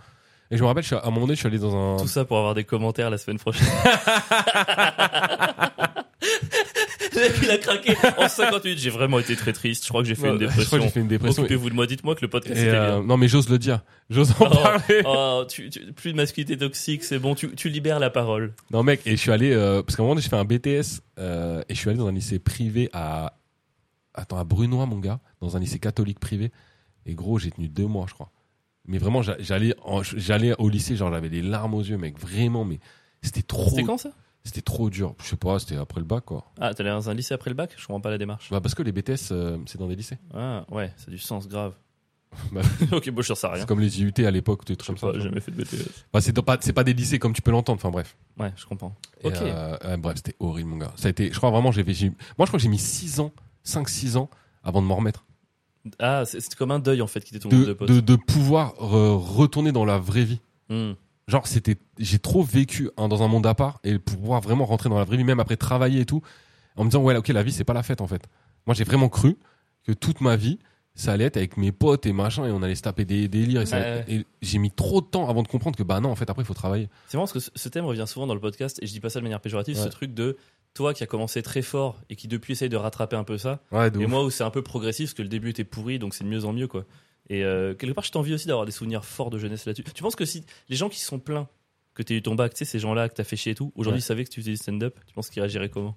Speaker 2: Et je me rappelle, je suis, à un moment donné, je suis allé dans un.
Speaker 1: Tout ça pour avoir des commentaires la semaine prochaine. Le mec, Il a craqué en 58. J'ai vraiment été très triste. Je crois que j'ai fait
Speaker 2: Ouais,
Speaker 1: une
Speaker 2: je crois
Speaker 1: dépression.
Speaker 2: que j'ai fait une dépression.
Speaker 1: Occupez-vous de moi. Dites-moi que le podcast
Speaker 2: Et,
Speaker 1: était
Speaker 2: euh,
Speaker 1: bien.
Speaker 2: non, mais j'ose le dire. J'ose en
Speaker 1: Oh.
Speaker 2: parler.
Speaker 1: Oh, tu, tu- plus de masculinité toxique, c'est bon. Tu, tu libères la parole.
Speaker 2: Non, mec, et je suis allé. euh, parce qu'à un moment donné, j'ai fait un BTS euh, et je suis allé dans un lycée privé à. Attends, à Brunois, mon gars, dans un lycée catholique privé. Et gros, j'ai tenu deux mois, je crois. Mais vraiment, j'a- j'allais en- j'allais au lycée, genre, j'avais les larmes aux yeux, mec. Vraiment, mais c'était trop.
Speaker 1: C'était quand ça
Speaker 2: C'était trop dur. Je sais pas, c'était après le bac, quoi.
Speaker 1: Ah, t'es allé dans un lycée après le bac Je comprends pas la démarche.
Speaker 2: Bah, parce que les BTS, euh, c'est dans des lycées.
Speaker 1: Ah, ouais, ça a du sens grave.
Speaker 2: Bah.
Speaker 1: ok, bon, je sers à rien.
Speaker 2: C'est comme les IUT à l'époque, des
Speaker 1: Je
Speaker 2: trucs
Speaker 1: sais
Speaker 2: comme
Speaker 1: pas,
Speaker 2: ça.
Speaker 1: j'ai
Speaker 2: tu
Speaker 1: jamais
Speaker 2: vois.
Speaker 1: fait de BTS.
Speaker 2: Bah, c'est dans- pas, c'est pas des lycées comme tu peux l'entendre, enfin, bref.
Speaker 1: Ouais, je comprends.
Speaker 2: Et,
Speaker 1: Ok.
Speaker 2: euh, euh, bref, c'était horrible, mon gars. Ça a été, je crois vraiment, j'ai fait- j'ai- moi, je crois que j'ai mis 6 ans, 5-6 ans avant de m'en remettre.
Speaker 1: Ah, c'est c'est comme un deuil en fait qui était ton groupe de
Speaker 2: De,
Speaker 1: potes.
Speaker 2: de, de pouvoir euh, retourner dans la vraie vie.
Speaker 1: Hmm.
Speaker 2: Genre, c'était, j'ai trop vécu hein, dans un monde à part et pour pouvoir vraiment rentrer dans la vraie vie, même après travailler et tout, en me disant, ouais, ok, la vie, c'est pas la fête, en fait. Moi, j'ai vraiment cru que toute ma vie, ça allait être avec mes potes et machin et on allait se taper des délires et, ça-
Speaker 1: Ouais,
Speaker 2: et j'ai mis trop de temps avant de comprendre que, bah non, en fait, après, il faut travailler.
Speaker 1: C'est marrant parce que ce- ce thème revient souvent dans le podcast, et je dis pas ça de manière péjorative,
Speaker 2: Ouais.
Speaker 1: ce truc de toi qui a commencé très fort et qui depuis essaye de rattraper un peu ça,
Speaker 2: Ouais, de
Speaker 1: et
Speaker 2: ouf.
Speaker 1: moi où c'est un peu progressif parce que le début était pourri, donc c'est de mieux en mieux quoi. Et euh, quelque part, je t'envie aussi d'avoir des souvenirs forts de jeunesse là-dessus. Tu penses que si les gens qui se sont plaints que t'as eu ton bac, tu sais, ces gens-là que t'as fait chier et tout, aujourd'hui
Speaker 2: Ouais.
Speaker 1: ils savaient que tu faisais du stand-up, tu penses qu'ils réagiraient comment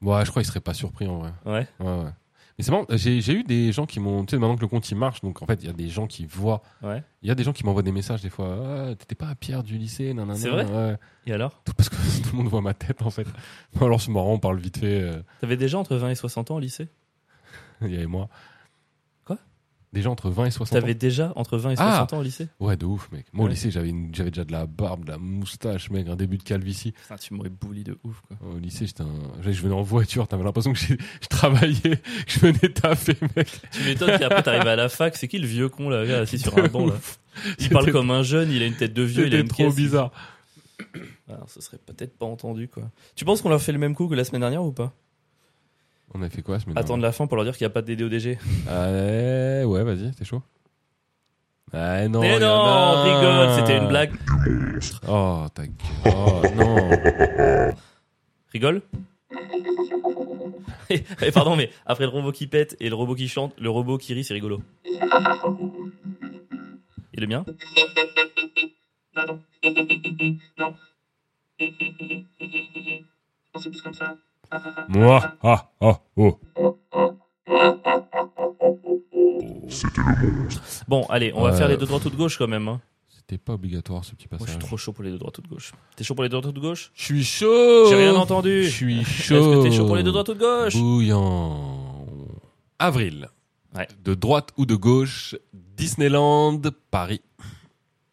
Speaker 2: Ouais, je crois qu'il serait pas surpris, en vrai.
Speaker 1: Ouais.
Speaker 2: Ouais, ouais. Mais c'est marrant, j'ai j'ai eu des gens qui m'ont. Tu sais, maintenant que le compte il marche, donc en fait, il y a des gens qui voient.
Speaker 1: Ouais.
Speaker 2: Il y a des gens qui m'envoient des messages des fois. Ah, T'étais pas à Pierre du lycée, nanana.
Speaker 1: C'est vrai
Speaker 2: Ouais.
Speaker 1: Et alors
Speaker 2: Tout- Parce que tout le monde voit ma tête en fait. Bon, alors c'est marrant, on parle vite fait, euh,
Speaker 1: T'avais déjà entre 20 et 60 ans au lycée
Speaker 2: il y avait moi.
Speaker 1: Quoi
Speaker 2: Des gens entre 20 et 60 ans.
Speaker 1: T'avais déjà entre 20 et
Speaker 2: Ah
Speaker 1: 60 ans au lycée
Speaker 2: Ouais, de ouf, mec. Moi au
Speaker 1: Ouais.
Speaker 2: lycée, j'avais une- j'avais déjà de la barbe, de la moustache, mec, un début de calvitie.
Speaker 1: Putain, tu m'aurais bouli de ouf quoi.
Speaker 2: Au lycée, j'étais un- je venais en voiture, t'avais l'impression que j'ai- je travaillais, que je venais taffer, mec.
Speaker 1: Tu m'étonnes qu'après t'arrives à la fac, c'est qui le vieux con là, regarde, assis sur un banc là Il parle
Speaker 2: C'était-
Speaker 1: comme un jeune, il a une tête de vieux, il a
Speaker 2: C'était
Speaker 1: une
Speaker 2: trop
Speaker 1: caisse.
Speaker 2: bizarre.
Speaker 1: Ah, ce serait peut-être pas entendu quoi. Tu penses qu'on leur fait le même coup que la semaine dernière ou pas
Speaker 2: On a fait quoi ce
Speaker 1: Attendre la fin pour leur dire qu'il n'y a pas de DDoDG.
Speaker 2: Euh, ouais, vas-y, t'es chaud. Ah non,
Speaker 1: Mais
Speaker 2: y en
Speaker 1: non,
Speaker 2: a
Speaker 1: on
Speaker 2: un.
Speaker 1: rigole, c'était une blague.
Speaker 2: Oh, ta gueule. Oh, non.
Speaker 1: Rigole Et- et Pardon, mais après le robot qui pète et le robot qui chante, le robot qui rit, c'est rigolo. Et le mien
Speaker 2: Moi, ah, ah, oh.
Speaker 1: Bon, allez, on va
Speaker 2: Ouais.
Speaker 1: faire les deux droites ou de gauche quand même. hein.
Speaker 2: C'était pas obligatoire ce petit
Speaker 1: Moi,
Speaker 2: passage.
Speaker 1: je suis trop chaud pour les deux droites ou de gauche. T'es chaud pour les deux droites ou de gauche
Speaker 2: Je suis chaud.
Speaker 1: J'ai rien entendu.
Speaker 2: Oh. Je suis
Speaker 1: Est-ce que
Speaker 2: chaud.
Speaker 1: t'es chaud pour les deux droites ou de gauche
Speaker 2: Bouillant. Avril.
Speaker 1: Ouais.
Speaker 2: de droite ou de gauche, Disneyland, Paris.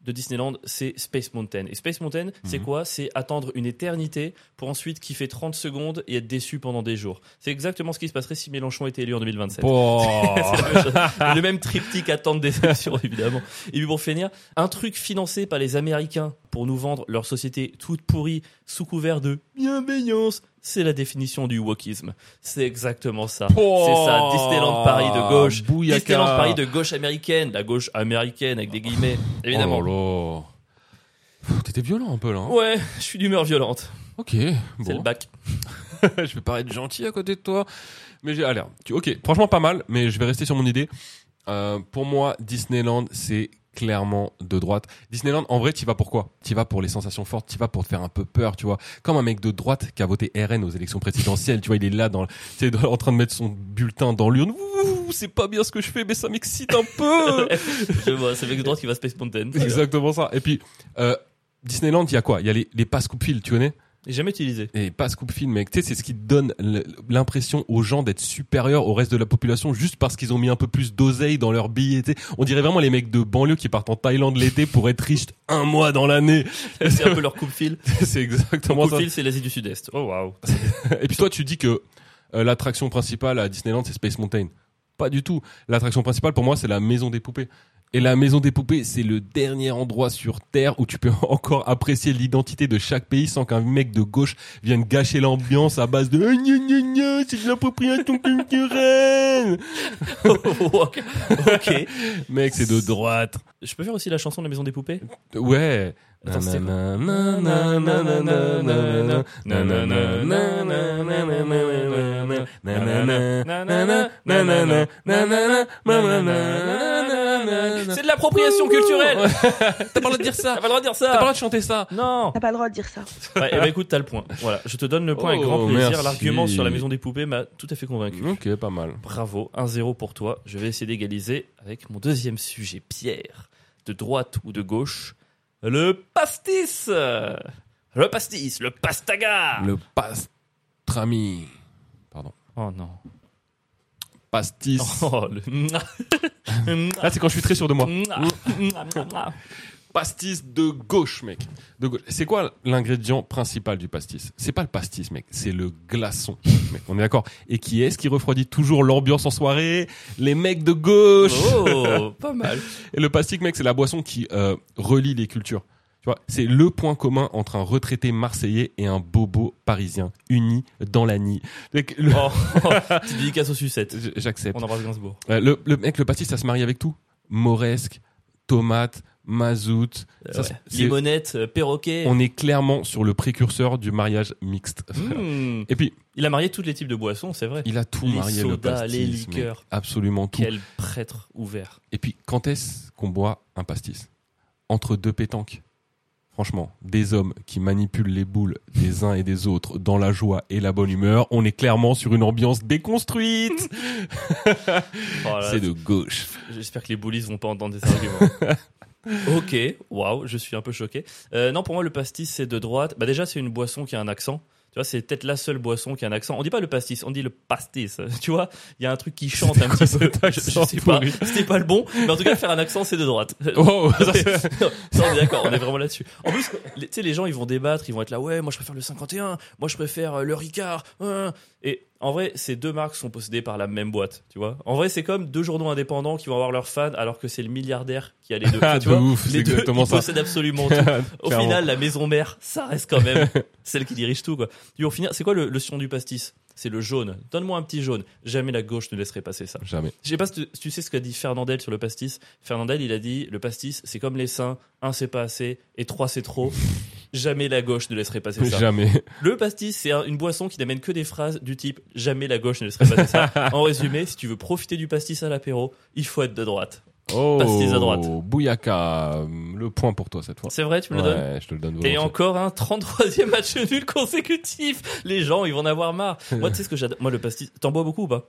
Speaker 1: de Disneyland C'est Space Mountain. Et Space Mountain, c'est
Speaker 2: Mhm.
Speaker 1: quoi C'est attendre une éternité pour ensuite kiffer 30 secondes et être déçu pendant des jours. C'est exactement ce qui se passerait si Mélenchon était élu en 2027.
Speaker 2: Oh.
Speaker 1: C'est la même chose. le même triptyque attente déception évidemment et puis pour finir un truc financé par les américains pour nous vendre leur société toute pourrie sous couvert de bienveillance c'est la définition du wokisme c'est exactement ça c'est ça Disneyland Paris de gauche
Speaker 2: Bouillaka.
Speaker 1: Disneyland Paris de gauche américaine la gauche américaine avec des guillemets évidemment
Speaker 2: Oh là là. Pff, T'étais violent un peu là. hein.
Speaker 1: ouais je suis d'humeur violente
Speaker 2: Ok.
Speaker 1: c'est
Speaker 2: Bon.
Speaker 1: le bac
Speaker 2: je vais paraître gentil à côté de toi. Mais j'ai. Alors, tu... ok, franchement pas mal, mais je vais rester sur mon idée. Euh, pour moi, Disneyland, c'est clairement de droite. Disneyland, en vrai, tu vas pour quoi Tu vas pour les sensations fortes, tu vas pour te faire un peu peur, tu vois. Comme un mec de droite qui a voté RN aux élections présidentielles, tu vois, il est là dans, tu sais, dans- en train de mettre son bulletin dans l'urne. Ouh, c'est pas bien ce que je fais, mais ça m'excite un peu.
Speaker 1: je vois c'est avec droite qui va Space Mountain
Speaker 2: C'est exactement ça. Et puis, euh, Disneyland, il y a quoi Il y a les, les passes coupe-fil, tu connais
Speaker 1: J'ai jamais utilisé
Speaker 2: Et passes coupe-fil, mec, tu sais, c'est ce qui donne l- l'impression aux gens d'être supérieurs au reste de la population juste parce qu'ils ont mis un peu plus d'oseille dans leurs billets, tu sais. On dirait vraiment les mecs de banlieue qui partent en Thaïlande l'été pour être riches un mois dans l'année.
Speaker 1: c'est un peu leur coupe fil
Speaker 2: c'est exactement
Speaker 1: coupe
Speaker 2: ça.
Speaker 1: fil c'est l'Asie du Sud-Est oh waouh
Speaker 2: Et puis toi, tu dis que euh, l'attraction principale à Disneyland, c'est Space Mountain. Pas du tout. L'attraction principale, pour moi, c'est la maison des poupées. Et la maison des poupées, c'est le dernier endroit sur Terre où tu peux encore apprécier l'identité de chaque pays sans qu'un mec de gauche vienne gâcher l'ambiance à base de Ah, gna, gna, gna, c'est de l'appropriation culturelle.
Speaker 1: ok. Ok.
Speaker 2: Mec, c'est de droite.
Speaker 1: Je peux faire aussi la chanson de la maison des poupées
Speaker 2: Ouais.
Speaker 1: Attends, c'était quoi C'est de l'appropriation culturelle
Speaker 2: T'as pas le droit de dire ça
Speaker 1: T'as pas le droit de dire Ah,
Speaker 2: T'as pas le
Speaker 1: ça
Speaker 2: droit de chanter ça
Speaker 1: Non
Speaker 4: T'as pas le droit de dire ça.
Speaker 1: ouais, eh ben écoute, t'as le point. Voilà, je te donne le point avec
Speaker 2: Oh,
Speaker 1: grand plaisir.
Speaker 2: merci.
Speaker 1: L'argument sur la maison des poupées m'a tout à fait convaincu.
Speaker 2: Ok, pas mal.
Speaker 1: Bravo, 1-0 pour toi. Je vais essayer d'égaliser avec mon deuxième sujet, Pierre. De droite ou de gauche Le pastis Le pastis, le pastaga
Speaker 2: Le pastrami. Pardon.
Speaker 1: Oh non.
Speaker 2: Pastis.
Speaker 1: Oh, le...
Speaker 2: Là, c'est quand je suis très sûr de moi.
Speaker 1: Mouah.
Speaker 2: Pastis de gauche, mec. De gauche. C'est quoi l'ingrédient principal du pastis C'est pas le pastis, mec. C'est le glaçon. mec. On est d'accord. Et qui est-ce qui refroidit toujours l'ambiance en soirée Les mecs de gauche.
Speaker 1: Oh, pas mal.
Speaker 2: Et le pastic, mec, c'est la boisson qui euh, relie les cultures. Tu vois, c'est le point commun entre un retraité marseillais et un bobo parisien, unis dans la nid. Mec, le-
Speaker 1: Oh, petite dédicace aux sucettes.
Speaker 2: J- J'accepte.
Speaker 1: On embrasse Gainsbourg.
Speaker 2: Euh, le, le mec, le pastis, ça se marie avec tout. Moresque, tomate, mazout.
Speaker 1: Euh,
Speaker 2: Ça,
Speaker 1: ouais.
Speaker 2: c'est-
Speaker 1: Limonette, euh, perroquet.
Speaker 2: On est clairement sur le précurseur du mariage mixte.
Speaker 1: Hmm.
Speaker 2: Et puis,
Speaker 1: Il a marié tous les types de boissons, c'est vrai.
Speaker 2: il a tout
Speaker 1: Les
Speaker 2: marié le
Speaker 1: sodas,
Speaker 2: pastis.
Speaker 1: les
Speaker 2: mec.
Speaker 1: liqueurs.
Speaker 2: Absolument tout.
Speaker 1: Quel prêtre ouvert.
Speaker 2: Et puis, quand est-ce qu'on boit un pastis Entre deux pétanques. Franchement, des hommes qui manipulent les boules des uns et des autres dans la joie et la bonne humeur, on est clairement sur une ambiance déconstruite.
Speaker 1: Oh là
Speaker 2: C'est
Speaker 1: là,
Speaker 2: de gauche.
Speaker 1: J'espère que les bullies vont pas entendre ces arguments. ok, waouh, je suis un peu choqué. Euh, non, pour moi, le pastis, c'est de droite. Bah, déjà, c'est une boisson qui a un accent. Tu vois, c'est peut-être la seule boisson qui a un accent. On dit pas le pastis, on dit le pastis. Tu vois, il y a un truc qui chante
Speaker 2: C'était
Speaker 1: un
Speaker 2: quoi
Speaker 1: petit peu.
Speaker 2: cet
Speaker 1: Je, je
Speaker 2: accent
Speaker 1: sais pas,
Speaker 2: pourri
Speaker 1: c'était pas le bon. Mais en tout cas, faire un accent, c'est de droite.
Speaker 2: Oh, ça, c'est-
Speaker 1: Non, Ah, ça, on est d'accord, on est vraiment là-dessus. En plus, les- tu sais, les gens, ils vont débattre, ils vont être là, ouais, moi je préfère le 51, moi je préfère euh, le Ricard. hein. Et en vrai, ces deux marques sont possédées par la même boîte, tu vois. En vrai, c'est comme deux journaux indépendants qui vont avoir leurs fans alors que c'est le milliardaire qui a les deux.
Speaker 2: Ah,
Speaker 1: tu
Speaker 2: de
Speaker 1: vois.
Speaker 2: ouf,
Speaker 1: les
Speaker 2: c'est
Speaker 1: deux
Speaker 2: exactement
Speaker 1: ils
Speaker 2: ça.
Speaker 1: possèdent absolument tout. Au
Speaker 2: Clairement.
Speaker 1: final, la maison mère, ça reste quand même celle qui dirige tout, quoi. Du coup, au final, c'est quoi le, le sion du pastis c'est le jaune. Donne-moi un petit jaune. Jamais la gauche ne laisserait passer ça.
Speaker 2: Jamais.
Speaker 1: Je sais pas si tu, si tu sais ce qu'a dit Fernandel sur le pastis. Fernandel, il a dit le pastis, c'est comme les seins, un c'est pas assez et trois c'est trop. Jamais la gauche ne laisserait passer ça.
Speaker 2: Jamais.
Speaker 1: Le pastis, c'est un- une boisson qui n'amène que des phrases du type jamais la gauche ne laisserait passer ça. En résumé, si tu veux profiter du pastis à l'apéro, il faut être de droite.
Speaker 2: Oh,
Speaker 1: Pastis à droite.
Speaker 2: Bouyaka, euh, le point pour toi cette fois.
Speaker 1: C'est vrai, tu me le donnes
Speaker 2: Ouais, je te le donne
Speaker 1: Et
Speaker 2: volontiers.
Speaker 1: encore un 33e match nul consécutif. Les gens, ils vont en avoir marre. Moi, tu sais ce que j'adore. Moi, le pastis. T'en bois beaucoup ou pas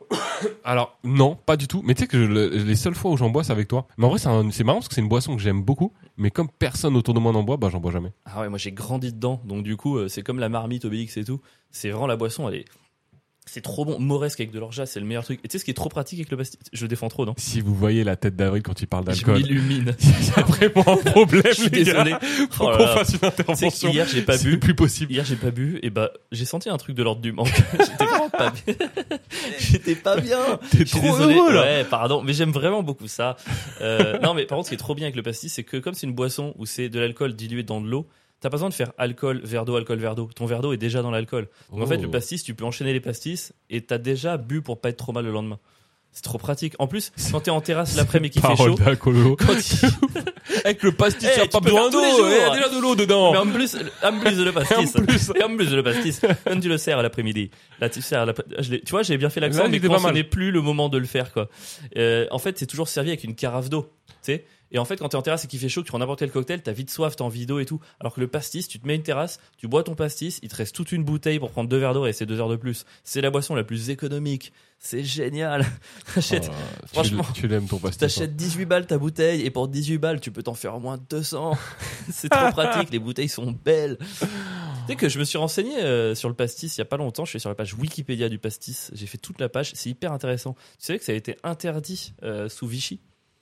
Speaker 2: Alors non, pas du tout. Mais tu sais que je- le- les seules fois où j'en bois, c'est avec toi. Mais en vrai, c'est un- c'est marrant parce que c'est une boisson que j'aime beaucoup. Mais comme personne autour de moi n'en boit, bah j'en bois jamais.
Speaker 1: Ah ouais, moi j'ai grandi dedans, donc du coup euh, c'est comme la marmite Obélix et tout. C'est vraiment la boisson, elle est, c'est trop bon. Moresque avec de l'orgeat, c'est le meilleur truc. Et tu sais ce qui est trop pratique avec le pastis Je le défends trop, non
Speaker 2: Si vous voyez la tête d'Avril quand il parle
Speaker 1: Je
Speaker 2: d'alcool,
Speaker 1: m'illumine.
Speaker 2: il y a vraiment un problème.
Speaker 1: Je suis
Speaker 2: les gars.
Speaker 1: désolé.
Speaker 2: Faut
Speaker 1: Oh là
Speaker 2: qu'on
Speaker 1: là.
Speaker 2: fasse
Speaker 1: Tu
Speaker 2: une
Speaker 1: sais
Speaker 2: intervention.
Speaker 1: que hier j'ai pas
Speaker 2: C'est
Speaker 1: bu.
Speaker 2: plus possible.
Speaker 1: Hier j'ai pas bu et bah j'ai senti un truc de l'ordre du manque. J'étais vraiment pas bien. J'étais pas Ah bien.
Speaker 2: T'es
Speaker 1: Je suis
Speaker 2: trop
Speaker 1: désolé.
Speaker 2: heureux là.
Speaker 1: Ouais, pardon, mais j'aime vraiment beaucoup ça. Euh, non, mais par contre, ce qui est trop bien avec le pastis, c'est que comme c'est une boisson où c'est de l'alcool dilué dans de l'eau, t'as pas besoin de faire alcool, verre d'eau, alcool, verre d'eau. Ton verre d'eau est déjà dans l'alcool. Donc En fait,
Speaker 2: Oh.
Speaker 1: le pastis, tu peux enchaîner les pastis et t'as déjà bu pour pas être trop mal le lendemain. C'est trop pratique. En plus, quand t'es en terrasse l'après-midi qui fait
Speaker 2: Parole
Speaker 1: chaud,
Speaker 2: d'alcoolo.
Speaker 1: quand il-
Speaker 2: Avec le pastis,
Speaker 1: Eh,
Speaker 2: il y a
Speaker 1: tu
Speaker 2: pas
Speaker 1: peux
Speaker 2: besoin
Speaker 1: faire tous les
Speaker 2: d'eau.
Speaker 1: jours.
Speaker 2: Il y a déjà de l'eau dedans.
Speaker 1: mais en plus, en plus de le pastis.
Speaker 2: Et en hein. plus.
Speaker 1: Et en plus de le pastis, même tu le sers à l'après-midi. Là, tu sers à l'après- je l'ai- Tu vois, j'ai bien fait
Speaker 2: Là,
Speaker 1: l'accent,
Speaker 2: il
Speaker 1: mais
Speaker 2: était
Speaker 1: quand
Speaker 2: pas
Speaker 1: ce
Speaker 2: mal.
Speaker 1: n'est plus le moment de le faire, quoi. Euh, en fait, c'est toujours servi avec une carafe d'eau, tu sais. Et en fait, quand t'es en terrasse et qu'il fait chaud, que tu prends n'importe quel cocktail, t'as vite soif, t'as envie d'eau et tout. Alors que le pastis, tu te mets une terrasse, tu bois ton pastis, il te reste toute une bouteille pour prendre deux verres d'eau et c'est deux heures de plus. C'est la boisson la plus économique. C'est génial. T'achètes-
Speaker 2: Ah, tu-
Speaker 1: Franchement.
Speaker 2: tu l'aimes ton pastis. hein.
Speaker 1: T'achètes 18 balles ta bouteille et pour 18 balles tu peux t'en faire au moins 200. C'est trop pratique, les bouteilles sont belles. Tu sais que je me suis renseigné euh, sur le pastis il y a pas longtemps, je suis sur la page Wikipédia du pastis, j'ai fait toute la page, c'est hyper intéressant. Tu savais que ça a été interdit euh, sous Vichy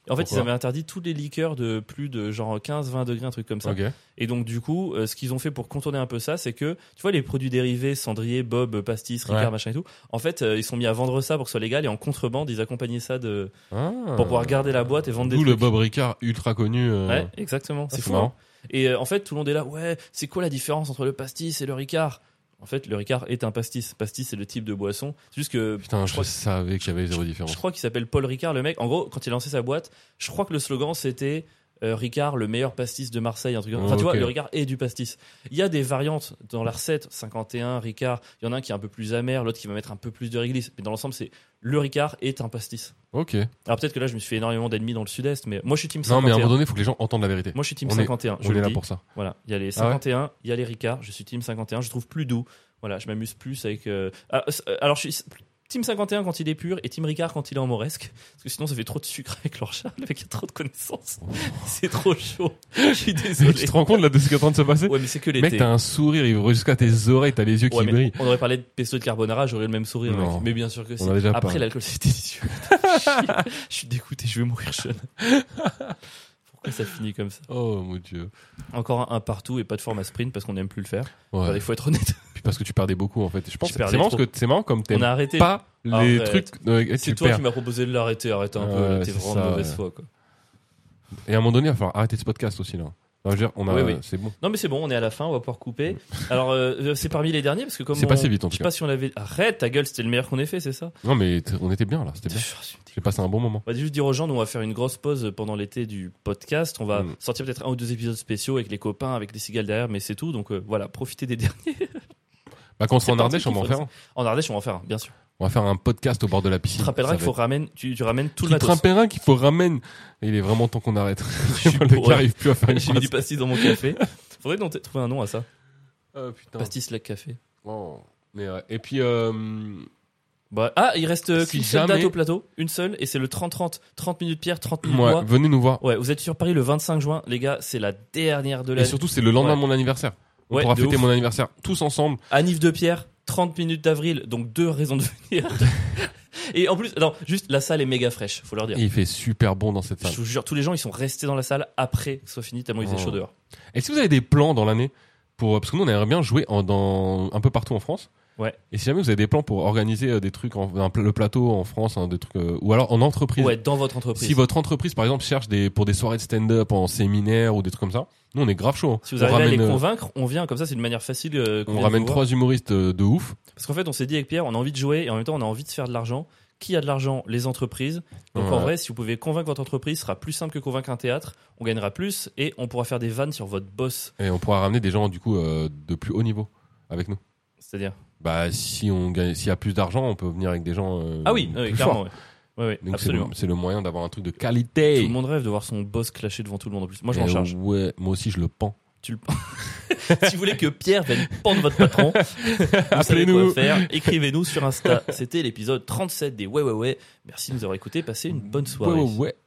Speaker 1: En fait ils
Speaker 2: Pourquoi
Speaker 1: avaient interdit tous les liqueurs de plus de genre 15-20 degrés, un truc comme ça.
Speaker 2: hein. Ok.
Speaker 1: Et donc du coup, euh, ce qu'ils ont fait pour contourner un peu ça, c'est que tu vois les produits dérivés, cendrier, bob, pastis, ricard,
Speaker 2: Ouais.
Speaker 1: machin et tout, en fait euh, ils sont mis à vendre ça pour que ce soit légal et en contrebande ils accompagnaient ça de
Speaker 2: Ah.
Speaker 1: pour pouvoir garder la boîte et vendre des
Speaker 2: D'où
Speaker 1: trucs.
Speaker 2: le Bob Ricard ultra connu. euh,
Speaker 1: Ouais, exactement.
Speaker 2: ah,
Speaker 1: C'est fou. hein. Et euh, en fait, tout le monde est là. Ouais, c'est quoi la différence entre le pastis et le Ricard En fait, le Ricard est un pastis. Pastis, c'est le type de boisson. C'est juste que
Speaker 2: Putain, je,
Speaker 1: crois-
Speaker 2: savais qu'il y avait zéro différence.
Speaker 1: je crois qu'il s'appelle Paul Ricard, le mec. En gros, quand il a lancé sa boîte, je crois que le slogan c'était euh, Ricard, le meilleur pastis de Marseille. Un truc. comme- Enfin, tu
Speaker 2: Ah, Ok.
Speaker 1: vois, le Ricard est du pastis. Il y a des variantes dans la recette 51 Ricard. Il y en a un qui est un peu plus amer, l'autre qui va mettre un peu plus de réglisse. Mais dans l'ensemble, c'est le Ricard est un pastis.
Speaker 2: Ok.
Speaker 1: Alors peut-être que là, je me suis fait énormément d'ennemis dans le Sud-Est, mais moi, je suis team
Speaker 2: Non,
Speaker 1: 51.
Speaker 2: mais à un moment donné, il faut que les gens entendent la vérité.
Speaker 1: Moi, je suis team
Speaker 2: On est-
Speaker 1: 51. je
Speaker 2: on
Speaker 1: le
Speaker 2: est là
Speaker 1: dis.
Speaker 2: pour ça.
Speaker 1: Voilà, il y a les
Speaker 2: Ah ouais
Speaker 1: 51, il y a les Ricard, je suis team 51, je trouve plus doux. Voilà, je m'amuse plus avec. euh, ah, c- euh, alors, je suis team 51 quand il est pur et team Ricard quand il est en moresque. Parce que sinon, ça fait trop de sucre avec leur chat, le mec a trop de connaissances. C'est trop chaud. Je suis
Speaker 2: Oh. Tu
Speaker 1: désolé.
Speaker 2: te rends compte là de ce qui est en train de se passer
Speaker 1: Ouais, mais c'est que
Speaker 2: Mec,
Speaker 1: l'été.
Speaker 2: t'as un sourire, il va jusqu'à tes oreilles, t'as les yeux qui
Speaker 1: Ouais, mais
Speaker 2: brillent.
Speaker 1: on aurait parlé de pesto de carbonara, j'aurais eu le même sourire, mec.
Speaker 2: Non.
Speaker 1: mais bien sûr que si.
Speaker 2: a déjà
Speaker 1: Après,
Speaker 2: parlé.
Speaker 1: l'alcool, c'est délicieux. je suis dégoûté, je vais mourir jeune. Pourquoi ça finit comme ça
Speaker 2: Oh mon dieu.
Speaker 1: Encore un, un partout et pas de format sprint parce qu'on n'aime plus le faire. Enfin,
Speaker 2: Ouais.
Speaker 1: il faut être honnête.
Speaker 2: Puis parce que tu perdais beaucoup en fait. Je pense
Speaker 1: Je
Speaker 2: que c'est
Speaker 1: perdais
Speaker 2: marrant
Speaker 1: trop.
Speaker 2: parce que c'est marrant comme
Speaker 1: On
Speaker 2: t'aimes
Speaker 1: a arrêté.
Speaker 2: pas les
Speaker 1: Arrête.
Speaker 2: trucs. euh, et
Speaker 1: C'est
Speaker 2: tu
Speaker 1: toi
Speaker 2: perds.
Speaker 1: qui m'as proposé de l'arrêter, arrête un
Speaker 2: Ouais,
Speaker 1: peu, t'es
Speaker 2: c'est
Speaker 1: vraiment
Speaker 2: ça,
Speaker 1: de mauvaise
Speaker 2: ouais.
Speaker 1: foi. Quoi.
Speaker 2: Et à un moment donné, il va falloir arrêter ce podcast aussi là. Enfin, je veux dire, on a,
Speaker 1: Oui, oui.
Speaker 2: c'est bon.
Speaker 1: Non mais c'est bon, on est à la fin, on va pouvoir couper. Alors euh, c'est parmi les derniers parce que comme
Speaker 2: C'est
Speaker 1: on-
Speaker 2: passé vite, en
Speaker 1: je sais
Speaker 2: tout
Speaker 1: pas si on l'avait. Arrête ta gueule, c'était le meilleur qu'on ait fait, c'est ça
Speaker 2: Non, mais t- on était bien là, c'était bien. J'ai passé un bon moment.
Speaker 1: On va juste dire aux gens, nous on va faire une grosse pause pendant l'été du podcast. On va
Speaker 2: Mm.
Speaker 1: sortir peut-être un ou deux épisodes spéciaux avec les copains, avec les cigales derrière, mais c'est tout. Donc euh, voilà, profitez des derniers.
Speaker 2: Bah, quand on
Speaker 1: C'est
Speaker 2: sera en
Speaker 1: parti
Speaker 2: Ardèche, on va en
Speaker 1: qu'il
Speaker 2: faire
Speaker 1: faut-
Speaker 2: un.
Speaker 1: En Ardèche, on va en faire un, bien sûr.
Speaker 2: On va faire un podcast au bord de la piscine.
Speaker 1: Tu te rappelleras
Speaker 2: Mm, Ça
Speaker 1: qu'il
Speaker 2: va
Speaker 1: faut ramène, tu, tu ramènes tout le
Speaker 2: Qui te
Speaker 1: matos.
Speaker 2: rappellera qu'il faut ramène. Et il est vraiment temps qu'on arrête.
Speaker 1: suis
Speaker 2: Vraiment, le
Speaker 1: pour-
Speaker 2: gars arrive plus à faire une
Speaker 1: J'ai mis du
Speaker 2: phrase.
Speaker 1: pastis dans mon café. Faudrait donc trouver un nom à ça.
Speaker 2: Ah, putain.
Speaker 1: Pastis lac café.
Speaker 2: Oh. Mais ouais. Et puis, euh,
Speaker 1: Bah, ah, il reste euh,
Speaker 2: Si
Speaker 1: qu'une seule
Speaker 2: jamais-
Speaker 1: date au plateau, une seule, et c'est le 30-30. 30 minutes Pierre, 30 minutes
Speaker 2: ouais,
Speaker 1: moi.
Speaker 2: venez nous voir.
Speaker 1: Ouais, vous êtes sur Paris le 25 juin, les gars, c'est la dernière de
Speaker 2: Et
Speaker 1: l'année.
Speaker 2: surtout, c'est le lendemain
Speaker 1: Ouais.
Speaker 2: de mon anniversaire. On
Speaker 1: Ouais,
Speaker 2: pourra
Speaker 1: de
Speaker 2: fêter
Speaker 1: ouf.
Speaker 2: mon anniversaire tous ensemble.
Speaker 1: Anif de Pierre, 30 minutes d'avril, donc deux raisons de venir. et en plus, non, juste la salle est méga fraîche, faut leur dire.
Speaker 2: Et il fait super bon dans cette salle.
Speaker 1: Je vous jure, tous les gens ils sont restés dans la salle après que ce soit fini, tellement il faisait
Speaker 2: Oh.
Speaker 1: chaud dehors.
Speaker 2: Et si vous avez des plans dans l'année pour parce que nous on aimerait bien jouer en, dans un peu partout en France.
Speaker 1: Ouais.
Speaker 2: Et si jamais vous avez des plans pour organiser euh, des trucs en, un pl- le plateau en France, hein, des trucs euh, ou alors en entreprise.
Speaker 1: Ouais, dans votre entreprise.
Speaker 2: Si votre entreprise par exemple cherche des pour des soirées de stand-up en séminaire ou des trucs comme ça, nous on est grave chaud. hein.
Speaker 1: Si vous
Speaker 2: on
Speaker 1: arrivez à les
Speaker 2: ramène, euh,
Speaker 1: convaincre, on vient comme ça, c'est une manière facile. euh, qu'on
Speaker 2: on
Speaker 1: vienne
Speaker 2: ramène
Speaker 1: vous voir.
Speaker 2: trois humoristes euh, de ouf.
Speaker 1: Parce qu'en fait, on s'est dit avec Pierre, on a envie de jouer et en même temps, on a envie de faire de l'argent. Qui a de l'argent Les entreprises. Donc en
Speaker 2: Ouais.
Speaker 1: vrai, si vous pouvez convaincre votre entreprise, ce sera plus simple que convaincre un théâtre. On gagnera plus et on pourra faire des vannes sur votre boss.
Speaker 2: Et on pourra ramener des gens du coup euh, de plus haut niveau avec nous.
Speaker 1: C'est-à-dire
Speaker 2: Bah si on gagne, s'il y a plus d'argent, on peut venir avec des gens. euh,
Speaker 1: Ah oui,
Speaker 2: plus
Speaker 1: oui,
Speaker 2: forts.
Speaker 1: clairement. ouais. Ouais, ouais,
Speaker 2: Donc c'est le,
Speaker 1: absolument.
Speaker 2: c'est le moyen d'avoir un truc de
Speaker 1: Tout
Speaker 2: qualité.
Speaker 1: le monde rêve de voir son boss clasher devant tout le monde en plus. Moi, je m'en
Speaker 2: Eh
Speaker 1: charge.
Speaker 2: ouais, moi aussi je le pends.
Speaker 1: Tu le... si vous voulez que Pierre vienne pendre votre patron, vous savez quoi
Speaker 2: Appelez-nous.
Speaker 1: faire. Écrivez-nous sur Insta. C'était l'épisode 37 des Ouais Ouais Ouais. Merci de nous avoir écoutés. Passez une bonne soirée.
Speaker 2: Ouais, ouais, ouais.